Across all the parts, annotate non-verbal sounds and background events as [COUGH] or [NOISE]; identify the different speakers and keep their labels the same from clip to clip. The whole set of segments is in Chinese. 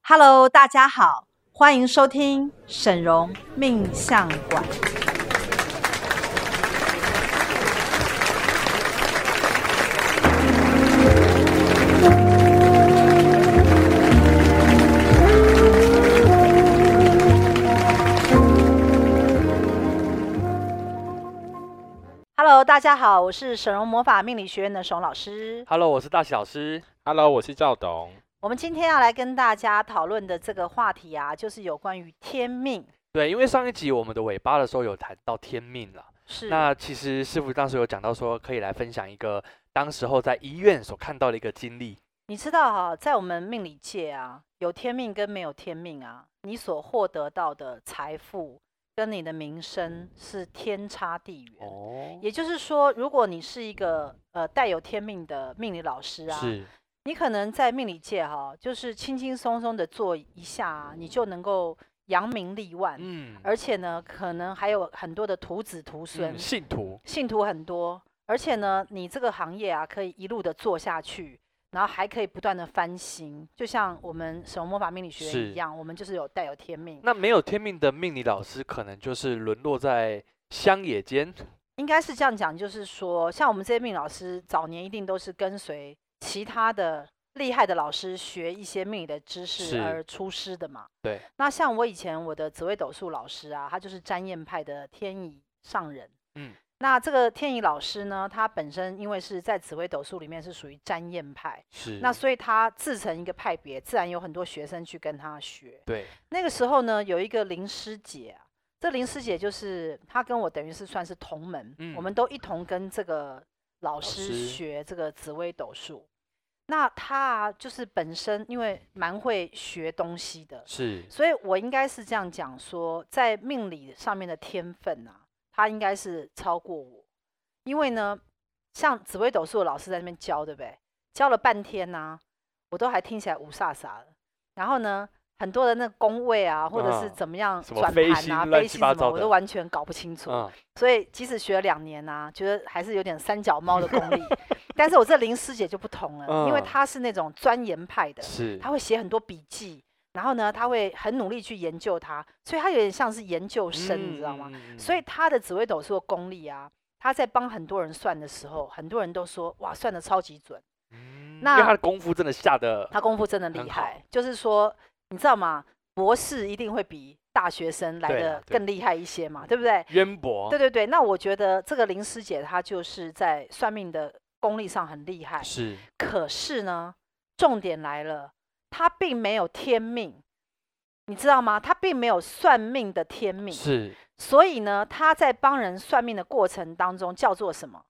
Speaker 1: Hello，大家好，欢迎收听沈荣命相馆。Hello，大家好，我是沈荣魔法命理学院的沈荣老师。
Speaker 2: Hello，我是大喜老师。
Speaker 3: Hello，我是赵董。
Speaker 1: 我们今天要来跟大家讨论的这个话题啊，就是有关于天命。
Speaker 2: 对，因为上一集我们的尾巴的时候有谈到天命了，
Speaker 1: 是
Speaker 2: 那其实师傅当时有讲到说，可以来分享一个当时候在医院所看到的一个经历。
Speaker 1: 你知道哈、在我们命理界啊，有天命跟没有天命啊，你所获得到的财富跟你的名声是天差地远。
Speaker 2: 哦，
Speaker 1: 也就是说，如果你是一个呃带有天命的命理老师啊，
Speaker 2: 是
Speaker 1: 你可能在命理界哈、就是轻轻松松的做一下啊、你就能够扬名立万，
Speaker 2: 嗯，
Speaker 1: 而且呢，可能还有很多的徒子徒孙。
Speaker 2: 嗯信徒
Speaker 1: 信徒很多，而且呢，你这个行业啊，可以一路的做下去，然后还可以不断的翻新，就像我们使用魔法命理学院一
Speaker 2: 是
Speaker 1: 样，我们就是有带有天命，
Speaker 2: 那没有天命的命理老师，可能就是沦落在乡野间。
Speaker 1: 应该是这样讲，就是说，像我们这些命理老师，早年一定都是跟随其他的厉害的老师学一些命理的知识
Speaker 2: 是
Speaker 1: 而出师的嘛。
Speaker 2: 对，
Speaker 1: 那像我以前我的紫微斗数老师啊，他就是占验派的天乙上人。
Speaker 2: 嗯，
Speaker 1: 那这个天乙老师呢，他本身因为是在紫微斗数里面是属于占验派，
Speaker 2: 是
Speaker 1: 那所以他自成一个派别，自然有很多学生去跟他学。
Speaker 2: 对
Speaker 1: 那个时候呢，有一个林师姐啊，这林师姐就是她跟我等于是算是同门，我
Speaker 2: 嗯
Speaker 1: 们都一同跟这个老师
Speaker 2: 师
Speaker 1: 学这个紫微斗数。那她啊，就是本身因为蛮会学东西的，
Speaker 2: 是
Speaker 1: 所以我应该是这样讲说，在命理上面的天分啊，他应该是超过我，因为呢，像紫微斗数的老师在那边教，对不对？教了半天呐、我都还听起来无飒飒的。然后呢，很多的那个宫位啊，或者是
Speaker 2: 嗯
Speaker 1: 怎么样
Speaker 2: 什么
Speaker 1: 转
Speaker 2: 飞
Speaker 1: 盘
Speaker 2: 星
Speaker 1: 啊、
Speaker 2: 乱
Speaker 1: 飞
Speaker 2: 七
Speaker 1: 星
Speaker 2: 八
Speaker 1: 什么，
Speaker 2: 糟
Speaker 1: 我
Speaker 2: 的
Speaker 1: 都完全搞不清楚。
Speaker 2: 嗯
Speaker 1: 所以即使学了两年呐、觉得还是有点三脚猫的功
Speaker 2: [LAUGHS]
Speaker 1: 力。但是我这林师姐就不同了，因为
Speaker 2: 嗯
Speaker 1: 她是那种钻研派的，
Speaker 2: 是
Speaker 1: 他会写很多笔记，然后呢，他会很努力去研究它，所以他有点像是研究生，你知道吗？？
Speaker 2: 嗯
Speaker 1: 所以他的紫微斗数的功力啊，他在帮很多人算的时候，很多人都说哇，算的超级准，
Speaker 2: 嗯因
Speaker 1: 那
Speaker 2: 为他的功夫真的下的
Speaker 1: 他功夫真的厉
Speaker 2: 很好
Speaker 1: 害。就是说，你知道吗？博士一定会比大学生来
Speaker 2: 对啦
Speaker 1: 的
Speaker 2: 对啊哦
Speaker 1: 更厉害一些嘛，对不对？
Speaker 2: 渊博，
Speaker 1: 对对对，那我觉得这个林师姐她就是在算命的功力上很厉害，
Speaker 2: 是
Speaker 1: 可是呢，重点来了，他并没有天命，你知道吗？他并没有算命的天命，
Speaker 2: 是
Speaker 1: 所以呢，他在帮人算命的过程当中叫做什么？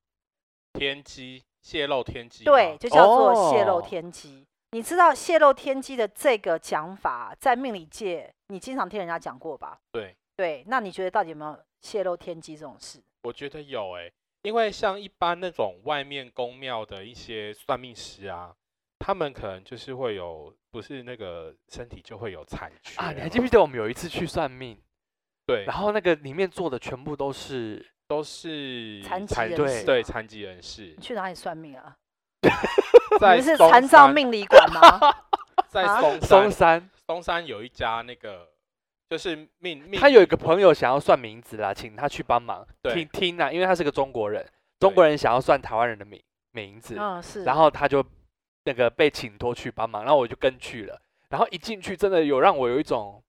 Speaker 3: 天机泄露天机吗，
Speaker 1: 对，就叫做泄露
Speaker 2: 哦
Speaker 1: 天机。你知道泄露天机的这个讲法，在命理界你经常听人家讲过吧？
Speaker 3: 对，
Speaker 1: 对，那你觉得到底有没有泄露天机这种事？
Speaker 3: 我觉得有诶、因为像一般那种外面宫庙的一些算命师啊，他们可能就是会有，不是那个身体就会有残缺
Speaker 2: 啊，你还
Speaker 3: 嘛
Speaker 2: 记不记得我们有一次去算命，
Speaker 3: 对，
Speaker 2: 然后那个里面坐的全部都是
Speaker 3: 都是
Speaker 1: 残疾人
Speaker 2: 士
Speaker 3: 对对
Speaker 1: 嘛
Speaker 3: 残疾人士
Speaker 1: [LAUGHS] 你，去哪里算命啊？你
Speaker 3: 在
Speaker 1: 们是
Speaker 3: 松
Speaker 1: 残障
Speaker 3: 山，
Speaker 1: 命理馆吗？
Speaker 3: 在
Speaker 1: 啊
Speaker 3: 松
Speaker 2: 松
Speaker 3: 山
Speaker 2: 山，
Speaker 3: 松山有一家那个就是命命，
Speaker 2: 他有一个朋友想要算名字啦，请他去帮忙
Speaker 3: 对
Speaker 2: 听听啊，因为他是个中国人，中国人想要算台湾人的名名字，
Speaker 1: 嗯，是。
Speaker 2: 然后他就那个被请托去帮忙，然后我就跟去了，然后一进去真的有让我有一种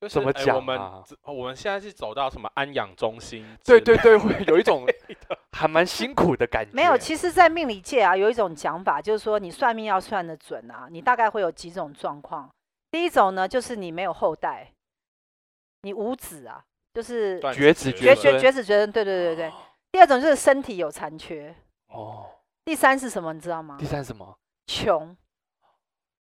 Speaker 3: 就是
Speaker 2: 怎么
Speaker 3: 哎我
Speaker 2: 讲
Speaker 3: 们
Speaker 2: 啊
Speaker 3: 我们现在是走到什么安养中心之类
Speaker 2: 对
Speaker 3: 的，
Speaker 2: 对对，会有一
Speaker 3: [LAUGHS]
Speaker 2: 种还蛮辛苦的感觉，
Speaker 1: 没有，其实，在命理界啊，有一种讲法，就是说你算命要算得准啊，你大概会有几种状况。第一种呢，就是你没有后代，你无子啊，就是
Speaker 3: 断
Speaker 2: 绝子
Speaker 1: 绝绝
Speaker 2: 绝孙
Speaker 1: 绝子绝孙，对对对对。第二种就是身体有残缺，
Speaker 2: 哦，
Speaker 1: 第三是什么？你知道吗
Speaker 2: 第？三什么？
Speaker 1: 穷，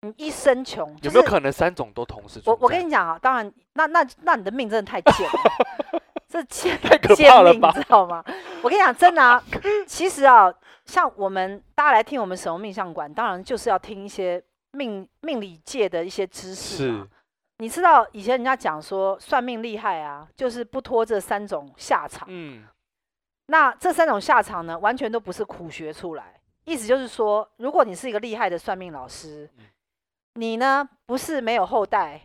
Speaker 1: 你一生穷。就
Speaker 2: 有没有
Speaker 1: 是
Speaker 2: 可能三种都同时存
Speaker 1: 我
Speaker 2: 在？
Speaker 1: 我跟你讲啊，当然，那那那你的命真的太贱了，
Speaker 2: [LAUGHS]
Speaker 1: 这贱
Speaker 2: 太可
Speaker 1: 贱
Speaker 2: 怕了
Speaker 1: 命，
Speaker 2: 吧
Speaker 1: 你知道吗？我跟你讲，真的
Speaker 2: [LAUGHS]
Speaker 1: 啊， [LAUGHS] 其实啊，像我们大家来听我们神龙命相馆，当然就是要听一些命命理界的一些知识嘛
Speaker 2: 是。
Speaker 1: 你知道以前人家讲说算命厉害啊，就是不拖这三种下场。
Speaker 2: 嗯，
Speaker 1: 那这三种下场呢，完全都不是苦学出来。意思就是说，如果你是一个厉害的算命老师，
Speaker 3: 嗯
Speaker 1: 你呢不是没有后代，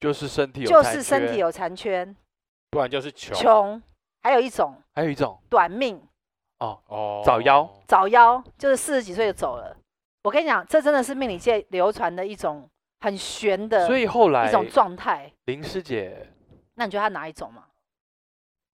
Speaker 2: 就是身体有
Speaker 1: 就
Speaker 2: 残
Speaker 1: 是身体
Speaker 2: 缺，啊
Speaker 1: 有残缺、
Speaker 3: 不然就是穷
Speaker 1: 穷，还有一种
Speaker 2: 还有一种
Speaker 1: 短命。
Speaker 3: 哦，
Speaker 2: 早夭
Speaker 1: 早夭，就是四十几岁就走了。我跟你讲，这真的是命理界流传的一种很玄的
Speaker 2: 所以后来
Speaker 1: 一种状态。
Speaker 2: 林师姐
Speaker 1: 那你觉得他哪一种嘛？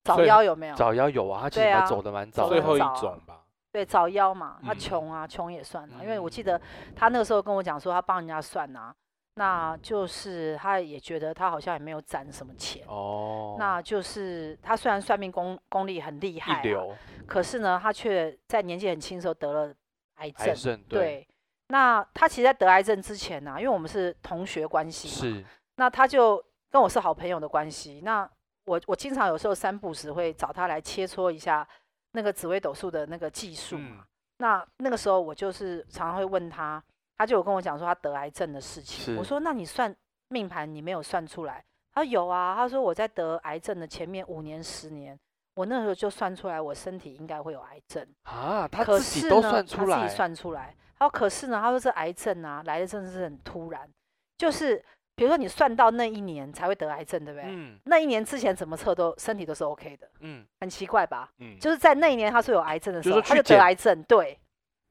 Speaker 1: 早
Speaker 3: 最
Speaker 1: 夭有没有？
Speaker 2: 早夭有啊，她其实
Speaker 1: 嗯对
Speaker 2: 还
Speaker 1: 啊
Speaker 2: 走得蛮
Speaker 1: 走
Speaker 2: 早
Speaker 1: 得
Speaker 2: 的，
Speaker 3: 最后一
Speaker 1: 早啊
Speaker 3: 种吧，
Speaker 1: 对，早夭嘛，他
Speaker 3: 嗯
Speaker 1: 穷啊，穷也算啊。因为我记得
Speaker 2: 嗯
Speaker 1: 他那个时候跟我讲说，他帮人家算啊，那就是他也觉得他好像也没有攒什么钱。
Speaker 2: 哦，
Speaker 1: 那就是他虽然算命功功力很厉害、
Speaker 2: 一
Speaker 1: 啊，
Speaker 2: 流
Speaker 1: 可是呢，他却在年纪很轻的时候得了癌
Speaker 2: 癌
Speaker 1: 症。
Speaker 2: 症对
Speaker 1: 对，那他其实，在得癌症之前啊呢、因为我们是同学关系嘛，
Speaker 2: 是
Speaker 1: 那他就跟我是好朋友的关系。那我我经常有时候三不时会找他来切磋一下那个紫微斗数的那个技术嘛。
Speaker 2: 嗯
Speaker 1: 那那个时候我就是常常会问他，他就有跟我讲说他得癌症的事情。我
Speaker 2: 是
Speaker 1: 说那你算命盘你没有算出来？他说有啊，他说我在得癌症的前面五年十年，我那时候就算出来我身体应该会有癌症。
Speaker 2: 啊，她
Speaker 1: 可
Speaker 2: 自
Speaker 1: 是
Speaker 2: 己
Speaker 1: 呢，
Speaker 2: 都算出
Speaker 1: 他自
Speaker 2: 来
Speaker 1: 己，算出来。他说：“可是呢，他说这癌症啊，来的真的是很突然，就是比如说你算到那一年才会得癌症，对不对？
Speaker 2: 嗯
Speaker 1: 那一年之前怎么测都身体都是 OK 的，
Speaker 2: 嗯，
Speaker 1: 很奇怪吧？
Speaker 3: 嗯，
Speaker 1: 就是在那一年他说有癌症的
Speaker 2: 就
Speaker 1: 时
Speaker 2: 是
Speaker 1: 候，
Speaker 2: 说
Speaker 1: 他
Speaker 2: 去
Speaker 1: 就得
Speaker 2: 检
Speaker 1: 癌症，对，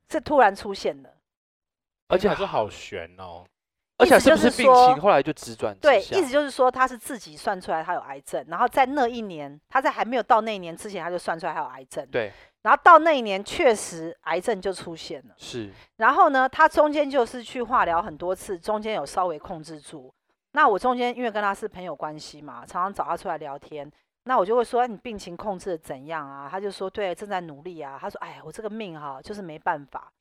Speaker 1: 是突然出现的。
Speaker 2: 而且
Speaker 3: 还是好悬哦，
Speaker 2: 而
Speaker 1: 意
Speaker 2: 且
Speaker 1: 哎思
Speaker 2: 是不
Speaker 1: 就是
Speaker 2: 病
Speaker 1: 说
Speaker 2: 情后来就直转直
Speaker 1: 对，
Speaker 2: 下
Speaker 1: 意思就是说他是自己算出来他有癌症，然后在那一年，他在还没有到那一年之前他就算出来他有癌症，
Speaker 2: 对
Speaker 1: 然后到那一年确实癌症就出现了。”
Speaker 2: 是
Speaker 1: 然后呢，他中间就是去化疗很多次，中间有稍微控制住。那我中间因为跟他是朋友关系嘛，常常找他出来聊天，那我就会说哎你病情控制的怎样啊？他就说对，正在努力啊。他说哎，我这个命哈、就是没办法，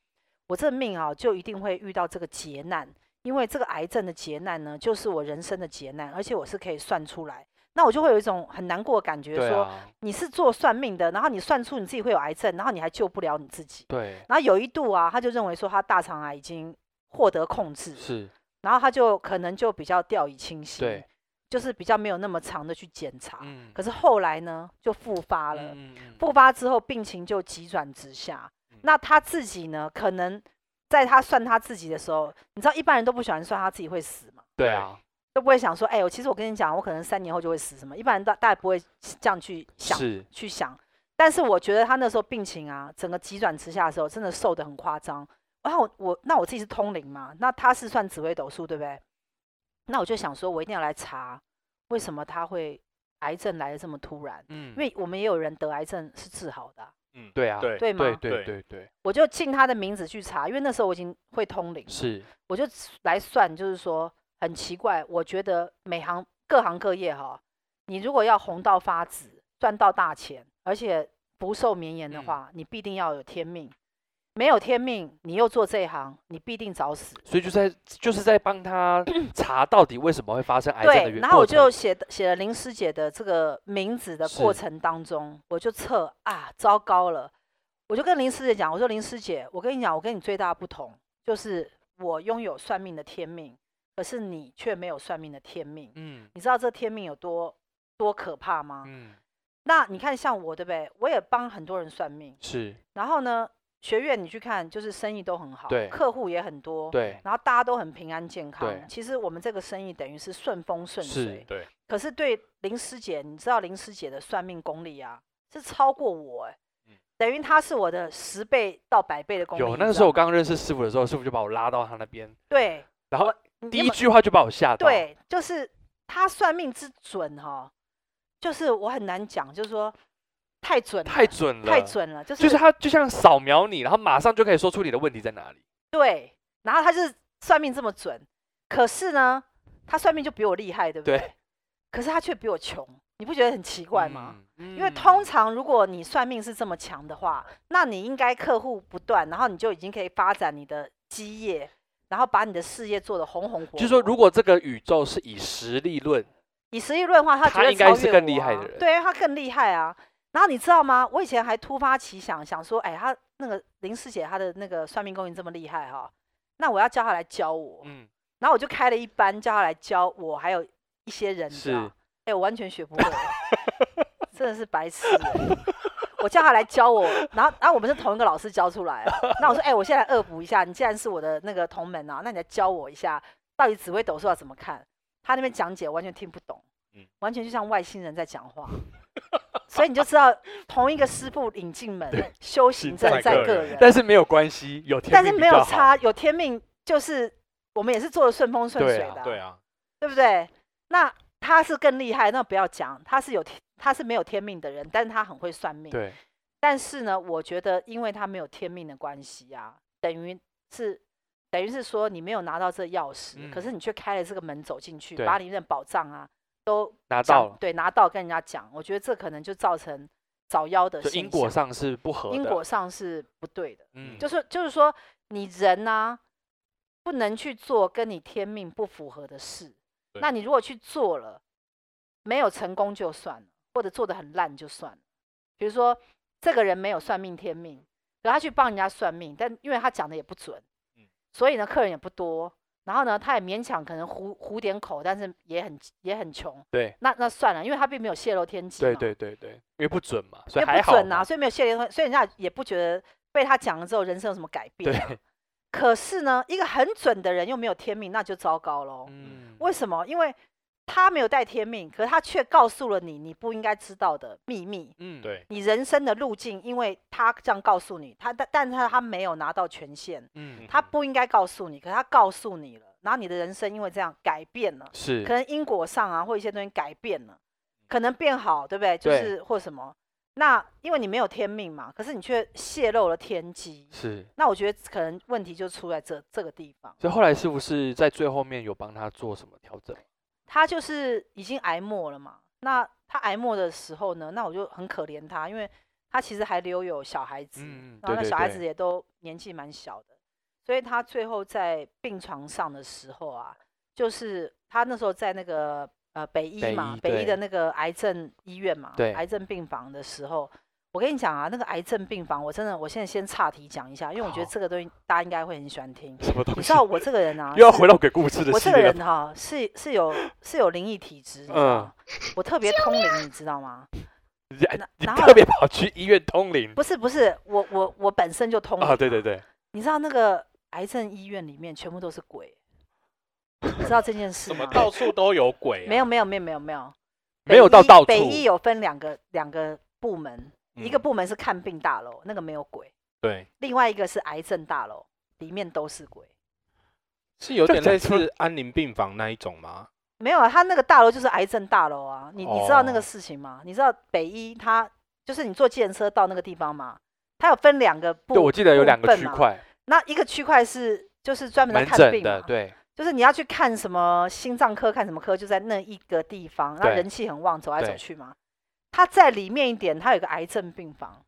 Speaker 1: 我这个命啊就一定会遇到这个劫难，因为这个癌症的劫难呢，就是我人生的劫难，而且我是可以算出来。那我就会有一种很难过的感觉
Speaker 2: 对
Speaker 1: 说、
Speaker 2: 啊
Speaker 1: 你是做算命的，然后你算出你自己会有癌症，然后你还救不了你自己。
Speaker 2: 对
Speaker 1: 然后有一度啊，他就认为说他大肠癌已经获得控制，
Speaker 2: 是
Speaker 1: 然后他就可能就比较掉以轻心，
Speaker 2: 对，
Speaker 1: 就是比较没有那么长的去检查。
Speaker 2: 嗯
Speaker 1: 可是后来呢，就复发了，
Speaker 2: 嗯嗯
Speaker 1: 复发之后病情就急转直下。
Speaker 3: 嗯
Speaker 1: 那他自己呢，可能在他算他自己的时候，你知道一般人都不喜欢算他自己会死嘛，
Speaker 2: 对
Speaker 3: 对
Speaker 2: 啊
Speaker 1: 都不会想说，哎、我其实我跟你讲，我可能三年后就会死什么，一般人大大概不会这样去想
Speaker 2: 是
Speaker 1: 去想。但是我觉得他那时候病情啊，整个急转直下的时候，真的瘦得很夸张。然后我我那我自己是通灵嘛，那他是算紫微斗数对不对？那我就想说，我一定要来查为什么他会癌症来的这么突然，
Speaker 2: 嗯
Speaker 1: 因为我们也有人得癌症是治好的啊、
Speaker 3: 嗯，
Speaker 2: 对啊
Speaker 3: 对
Speaker 1: 对吗？
Speaker 2: 对对
Speaker 3: 对
Speaker 2: 对对
Speaker 1: 我就进他的名字去查，因为那时候我已经会通灵了，
Speaker 2: 是
Speaker 1: 我就来算，就是说很奇怪，我觉得每行各行各业哈，你如果要红到发紫，赚到大钱，而且不受绵延的
Speaker 3: 嗯
Speaker 1: 话，你必定要有天命。没有天命，你又做这一行，你必定早死。
Speaker 2: 所以就在就是在
Speaker 1: [CLEARS THROAT]
Speaker 2: 帮他查到底为什么会发生癌症的
Speaker 1: 对，
Speaker 2: 原
Speaker 1: 然后我
Speaker 2: 过程
Speaker 1: 就写的写了林师姐的这个名字的过
Speaker 2: 是
Speaker 1: 程当中，我就测啊，糟糕了！我就跟林师姐讲，我说林师姐，我跟你讲，我跟你最大的不同就是我拥有算命的天命，可是你却没有算命的天命。
Speaker 2: 嗯
Speaker 1: 你知道这天命有多多可怕吗？
Speaker 2: 嗯
Speaker 1: 那你看，像我对不对？我也帮很多人算命，
Speaker 2: 是
Speaker 1: 然后呢，学院你去看，就是生意都很好，
Speaker 2: 对
Speaker 1: 客户也很多，
Speaker 2: 对
Speaker 1: 然后大家都很平安健
Speaker 2: 对
Speaker 1: 康。其实我们这个生意等于是顺风顺
Speaker 2: 是
Speaker 1: 水。
Speaker 3: 对。
Speaker 1: 可是对林师姐，你知道林师姐的算命功力啊，是超过我哎、
Speaker 3: 嗯
Speaker 1: 等于她是我的十倍到百倍的功力。
Speaker 2: 有
Speaker 1: 你
Speaker 2: 那个
Speaker 1: 知
Speaker 2: 时候我
Speaker 1: 道吗
Speaker 2: 刚认识师傅的时候，师傅就把我拉到他那边，
Speaker 1: 对，
Speaker 2: 然后
Speaker 1: 我呃你
Speaker 2: 第
Speaker 1: 有没
Speaker 2: 一
Speaker 1: 有
Speaker 2: 句话就把我吓到，
Speaker 1: 对，就是她算命之准哈、哦，就是我很难讲，就是说太准了，
Speaker 2: 太准了，
Speaker 1: 太，准了，就是
Speaker 2: 就是他就像扫描你，然后马上就可以说出你的问题在哪里。
Speaker 1: 对，然后他就是算命这么准，可是呢，他算命就比我厉害，对不
Speaker 2: 对
Speaker 1: 对？可是他却比我穷，你不觉得很奇怪吗？
Speaker 2: 嗯？
Speaker 1: 因为通常如果你算命是这么强的话，那你应该客户不断，然后你就已经可以发展你的基业，然后把你的事业做得红红火火。
Speaker 2: 就是说，如果这个宇宙是以实力论，
Speaker 1: 以实力论的话，他
Speaker 2: 他
Speaker 1: 绝对
Speaker 2: 应该
Speaker 1: 超
Speaker 2: 是
Speaker 1: 越
Speaker 2: 更
Speaker 1: 我
Speaker 2: 厉害
Speaker 1: 啊
Speaker 2: 的人
Speaker 1: 对，因为他更厉害啊。然后你知道吗？我以前还突发奇想，想说，哎，他那个林师姐她的那个算命功力这么厉害哈、那我要叫她来教我。
Speaker 2: 嗯，
Speaker 1: 然后我就开了一班，叫他来教我，还有一些人，你知道
Speaker 2: 是
Speaker 1: 哎、我完全学不会，真的是白痴欸、我叫他来教我，然后然后我们是同一个老师教出来的，那我说，哎、我现在恶补一下，你既然是我的那个同门啊，那你来教我一下，到底紫微斗数要怎么看？他那边讲解完全听不懂，
Speaker 3: 嗯
Speaker 1: 完全就像外星人在讲话，所以你就知道同一个师傅引进门，修行
Speaker 3: 在
Speaker 1: 正在
Speaker 3: 个
Speaker 1: 个
Speaker 3: 人
Speaker 1: 人，
Speaker 2: 但是没有关系，有天
Speaker 1: 但是
Speaker 2: 命比
Speaker 1: 没有
Speaker 2: 较好，
Speaker 1: 差，有天命就是我们也是做的顺风顺
Speaker 2: 对
Speaker 1: 水
Speaker 2: 啊
Speaker 1: 的、
Speaker 3: 对啊，
Speaker 1: 对不对？那他是更厉害，那不要讲，他是有天他是没有天命的人，但是他很会算命。
Speaker 2: 对，
Speaker 1: 但是呢，我觉得因为他没有天命的关系啊，等于是等于是说你没有拿到这钥匙，可是
Speaker 2: 嗯
Speaker 1: 你却开了这个门走进去，
Speaker 2: 对
Speaker 1: 把里面的宝藏啊都
Speaker 2: 拿
Speaker 1: 讲
Speaker 2: 到了，
Speaker 1: 对拿到跟人家讲，我觉得这可能就造成早夭的
Speaker 2: 就
Speaker 1: 现
Speaker 2: 因果
Speaker 1: 象
Speaker 2: 上是不合的，
Speaker 1: 因果上是不对的。
Speaker 2: 嗯，
Speaker 1: 就是就是说，你人呢、不能去做跟你天命不符合的事。那
Speaker 3: 对
Speaker 1: 你如果去做了，没有成功就算了，或者做的很烂就算了。比如说，这个人没有算命天命，可他去帮人家算命，但因为他讲的也不准
Speaker 3: 嗯，
Speaker 1: 所以呢客人也不多，然后呢他也勉强可能糊糊点口，但是也很也很穷。
Speaker 2: 对
Speaker 1: 那那算了，因为他并没有泄露天机嘛。
Speaker 2: 对对对对，因为不准嘛，
Speaker 1: 啊因
Speaker 2: 所以还
Speaker 1: 为不
Speaker 2: 好
Speaker 1: 准
Speaker 2: 嘛
Speaker 1: 啊，所以没有谢连所以人家也不觉得被他讲了之后人生有什么改变、啊
Speaker 2: [LAUGHS] 对。
Speaker 1: 可是呢，一个很准的人又没有天命，那就糟糕喽。
Speaker 2: 嗯，
Speaker 1: 为什么？因为他没有带天命，可是他却告诉了你你不应该知道的秘密，
Speaker 2: 嗯，
Speaker 3: 对，
Speaker 1: 你人生的路径，因为他这样告诉你，他但但是他没有拿到权限，
Speaker 2: 嗯，
Speaker 1: 他
Speaker 3: 嗯
Speaker 1: 不应该告诉你，可是他告诉你了，然后你的人生因为这样改变了。
Speaker 2: 是
Speaker 1: 可能因果上啊，或一些东西改变了，可能变好，对不对？就
Speaker 2: 对
Speaker 1: 是或什么。那因为你没有天命嘛，可是你却泄露了天机，
Speaker 2: 是，
Speaker 1: 那我觉得可能问题就出在这这个地方。
Speaker 2: 所以后来是不是在最后面有帮他做什么调整？
Speaker 1: 他就是已经挨末了嘛，那他挨末的时候呢，那我就很可怜他，因为他其实还留有小孩子，
Speaker 2: 嗯嗯
Speaker 1: 然后那
Speaker 2: 对对
Speaker 1: 小孩
Speaker 2: 对
Speaker 1: 子也都年纪蛮小的，所以他最后在病床上的时候啊，就是他那时候在那个呃北医
Speaker 2: 北
Speaker 1: 嘛
Speaker 2: 医，
Speaker 1: 北医的
Speaker 2: 对
Speaker 1: 那个癌症医院嘛，
Speaker 2: 对
Speaker 1: 癌症病房的时候。我跟你讲啊，那个癌症病房，我真的，我现在先岔题讲一下，因为我觉得
Speaker 2: 好
Speaker 1: 这个东西大家应该会很喜欢听。
Speaker 2: 什么
Speaker 1: 你
Speaker 2: 东
Speaker 1: 知道我这个人啊，
Speaker 2: [LAUGHS] 又要
Speaker 1: 是
Speaker 2: 回到鬼故事的
Speaker 1: 我
Speaker 2: 系
Speaker 1: 这个
Speaker 2: 列了
Speaker 1: 人哈、是是有是有灵异体质，你知道
Speaker 2: 嗯
Speaker 1: 吗我特别通灵，你知道吗？
Speaker 2: 你还
Speaker 1: 然
Speaker 2: 你
Speaker 1: 然
Speaker 2: 特
Speaker 1: 后
Speaker 2: 别跑去医院通灵
Speaker 1: 不是不是，我我我本身就通灵
Speaker 2: 啊？对
Speaker 1: 嘛
Speaker 2: 对，对，
Speaker 1: 你知道那个癌症医院里面全部都是鬼，你知道这件事
Speaker 3: 怎
Speaker 1: 吗
Speaker 3: 么？到处都有鬼啊？
Speaker 1: 嗯没有没有没有没有没有，
Speaker 2: 没
Speaker 1: 北
Speaker 2: 有到
Speaker 1: 医
Speaker 2: 到处
Speaker 1: 北医有分两个两个部门，一个
Speaker 3: 嗯
Speaker 1: 部门是看病大楼，那个没有鬼；
Speaker 3: 对，
Speaker 1: 另外一个是癌症大楼，里面都是鬼。
Speaker 3: 是有
Speaker 2: 这
Speaker 3: 点
Speaker 2: 讲
Speaker 3: 类
Speaker 2: 出
Speaker 3: 似安宁病房那一种吗？
Speaker 1: 没有啊，他那个大楼就是癌症大楼啊，你你知道那个
Speaker 3: 哦
Speaker 1: 事情吗？你知道北医它就是你坐计程车到那个地方嘛，它有分两个部，
Speaker 2: 对，我记得有两
Speaker 1: 部
Speaker 2: 个
Speaker 1: 分
Speaker 2: 区
Speaker 1: 嘛，
Speaker 2: 块，
Speaker 1: 那一个区块是就是专门在
Speaker 2: 门
Speaker 1: 看
Speaker 2: 诊
Speaker 1: 病啊
Speaker 2: 的，
Speaker 1: 嘛，
Speaker 2: 对，
Speaker 1: 就是你要去看什么心脏科看什么科，就在那一个地方，那
Speaker 2: 对
Speaker 1: 人气很旺，走来走
Speaker 2: 对
Speaker 1: 去嘛。它在里面一点，它有个癌症病房，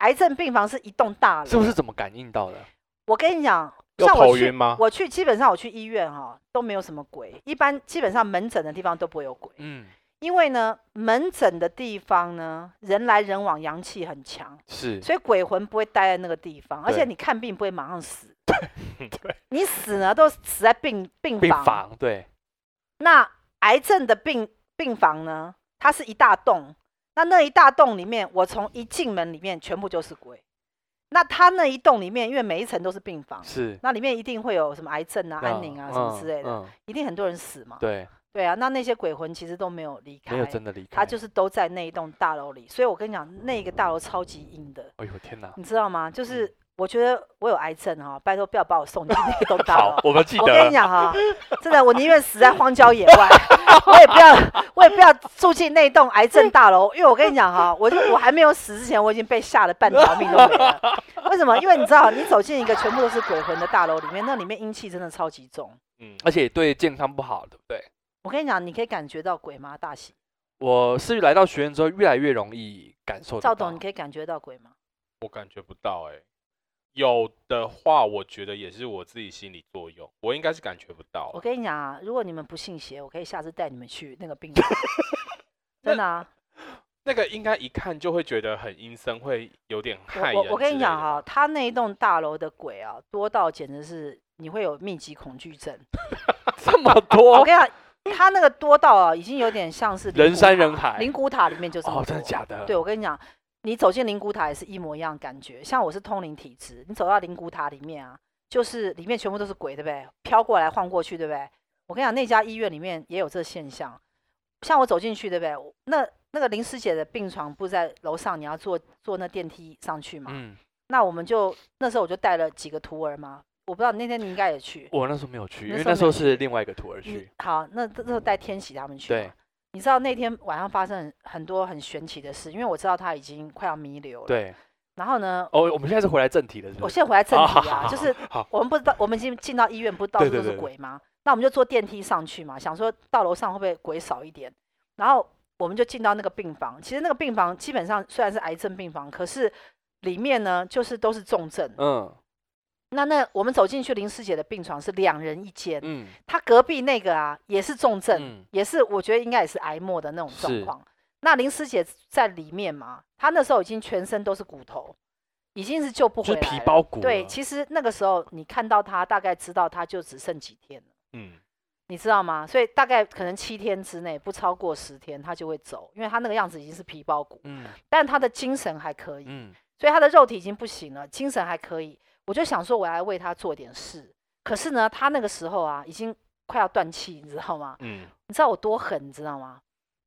Speaker 1: 癌症病房是一栋大楼，
Speaker 2: 是不是？怎么感应到的？
Speaker 1: 我跟你讲，
Speaker 3: 有
Speaker 1: 像我
Speaker 3: 头
Speaker 1: 去
Speaker 3: 晕吗？
Speaker 1: 我去基本上我去医院哈、都没有什么鬼，一般基本上门诊的地方都不会有鬼。
Speaker 2: 嗯，
Speaker 1: 因为呢，门诊的地方呢，人来人往，阳气很强，
Speaker 2: 是
Speaker 1: 所以鬼魂不会待在那个地方，而且
Speaker 2: 对
Speaker 1: 你看病不会马上死， [LAUGHS]
Speaker 3: 对，
Speaker 1: 你死呢都死在病病
Speaker 2: 病
Speaker 1: 房。
Speaker 2: 房，对，
Speaker 1: 那癌症的病病房呢，它是一大栋，那那一大栋里面，我从一进门里面全部就是鬼。那它那一栋里面，因为每一层都是病房，
Speaker 2: 是
Speaker 1: 那里面一定会有什么癌症啊、安宁啊什么之类的，
Speaker 2: 嗯，嗯
Speaker 1: 一定很多人死嘛。
Speaker 2: 对，
Speaker 1: 对啊，那那些鬼魂其实都没有离开，
Speaker 2: 没有真的离开，
Speaker 1: 他就是都在那一栋大楼里，所以我跟你讲，那个大楼超级阴的，
Speaker 2: 哎呦天哪！
Speaker 1: 你知道吗？
Speaker 2: 嗯
Speaker 1: 就是我觉得我有癌症哈、拜托不要把我送进那栋大
Speaker 2: 好
Speaker 1: 楼，。
Speaker 2: 我们记
Speaker 1: 我
Speaker 2: 得
Speaker 1: 跟
Speaker 2: 了
Speaker 1: 你。讲哈、真的，我宁愿死在荒郊野
Speaker 2: [LAUGHS]
Speaker 1: 外，我也不要，我也不要住进那栋癌症大楼，因为我跟你讲哈、我我还没有死之前，我已经被吓得半条命都没了。为什么？因为你知道，你走进一个全部都是鬼魂的大楼里面，那里面阴气真的超级重。
Speaker 3: 嗯，
Speaker 2: 而且对健康不好，对不对？
Speaker 1: 我跟你讲，你可以感觉到鬼妈大喜，
Speaker 2: 我是来到学院之后，越来越容易感受得
Speaker 1: 赵
Speaker 2: 到
Speaker 1: 董，你可以感觉到鬼吗？
Speaker 3: 我感觉不到哎、有的话，我觉得也是我自己心理作用，我应该是感觉不到
Speaker 1: 我
Speaker 3: 啊。
Speaker 1: 跟你讲啊，如果你们不信邪，我可以下次带你们去那个病
Speaker 2: [LAUGHS]
Speaker 1: 房。真的啊，
Speaker 3: 那个应该一看就会觉得很阴森，会有点害
Speaker 1: 我
Speaker 3: 人
Speaker 1: 我我跟你讲哈、
Speaker 3: 哈，
Speaker 1: 他那一栋大楼的鬼啊，多到简直是你会有密集恐惧症。
Speaker 2: [LAUGHS] 这
Speaker 1: [LAUGHS]
Speaker 2: 么
Speaker 1: 我
Speaker 2: 多
Speaker 1: 跟你讲，他那个多到啊，已经有点像是灵
Speaker 2: 哦人
Speaker 1: 骨
Speaker 2: 山
Speaker 1: 塔
Speaker 2: 人海
Speaker 1: 灵骨塔里面就这么
Speaker 2: 哦，真的
Speaker 1: 多
Speaker 2: 假的？
Speaker 1: 对，我跟你讲，你走进灵骨塔也是一模一样的感觉。像我是通灵体质，你走到灵骨塔里面啊，就是里面全部都是鬼，对不对？飘过来晃过去，对不对？我跟你讲，那家医院里面也有这现象。像我走进去，对不对？我那那个林师姐的病床不是在楼上，你要坐坐那电梯上去嘛？
Speaker 2: 嗯，
Speaker 1: 那我们就那时候我就带了几个徒儿嘛，我不知道那天你应该也去。
Speaker 2: 我那时候没有去，因
Speaker 1: 那
Speaker 2: 为
Speaker 1: 时候
Speaker 2: 那时
Speaker 1: 没
Speaker 2: 候
Speaker 1: 有
Speaker 2: 是另外一个土耳
Speaker 1: 你
Speaker 2: 其。
Speaker 1: 好，那那时候带天喜他们去。
Speaker 2: 对。
Speaker 1: 你知道那天晚上发生很很多很玄奇的事，因为我知道他已经快要弥留了。。
Speaker 2: 对，
Speaker 1: 然后呢，
Speaker 2: 哦，我们现在是回来正题了，是
Speaker 1: 我
Speaker 2: 不是？
Speaker 1: 现在回来正
Speaker 2: 好
Speaker 1: 题
Speaker 2: 好
Speaker 1: 啊，
Speaker 2: 好
Speaker 1: 就是
Speaker 2: 好，
Speaker 1: 我们不知道，我们已经进到医院，不是到
Speaker 2: 对
Speaker 1: 处都
Speaker 2: 对
Speaker 1: 是
Speaker 2: 对
Speaker 1: 鬼吗？那我们就坐电梯上去嘛，想说到楼上会不会鬼少一点？然后我们就进到那个病房，其实那个病房基本上虽然是癌症病房，可是里面呢就是都是重症。
Speaker 2: 嗯
Speaker 1: 那那我们走进去林师姐的病床是两人一间，
Speaker 2: 嗯
Speaker 1: 她隔壁那个啊也是重症，
Speaker 2: 嗯，
Speaker 1: 也是我觉得应该也是癌末的那种
Speaker 2: 是
Speaker 1: 状况。那林师姐在里面嘛，她那时候已经全身都是骨头，已经是救不
Speaker 2: 就
Speaker 1: 回
Speaker 2: 是
Speaker 1: 来
Speaker 2: 皮
Speaker 1: 了
Speaker 2: 包
Speaker 3: 啊
Speaker 2: 骨
Speaker 1: 对，
Speaker 2: 了
Speaker 1: 其实那个时候你看到她，大概知道她就只剩几天了，
Speaker 3: 嗯，
Speaker 1: 你知道吗？所以大概可能七天之内，不超过十天，她就会走，因为她那个样子已经是皮包骨，
Speaker 2: 嗯
Speaker 1: 但她的精神还可以， [LAUGHS]
Speaker 2: 嗯
Speaker 1: 所以她的肉体已经不行了，精神还可以。我就想说，我来为她做点事。可是呢，她那个时候啊，已经快要断气，你知道吗？
Speaker 3: 嗯， [LAUGHS]
Speaker 1: 你知道我多狠，你知道吗？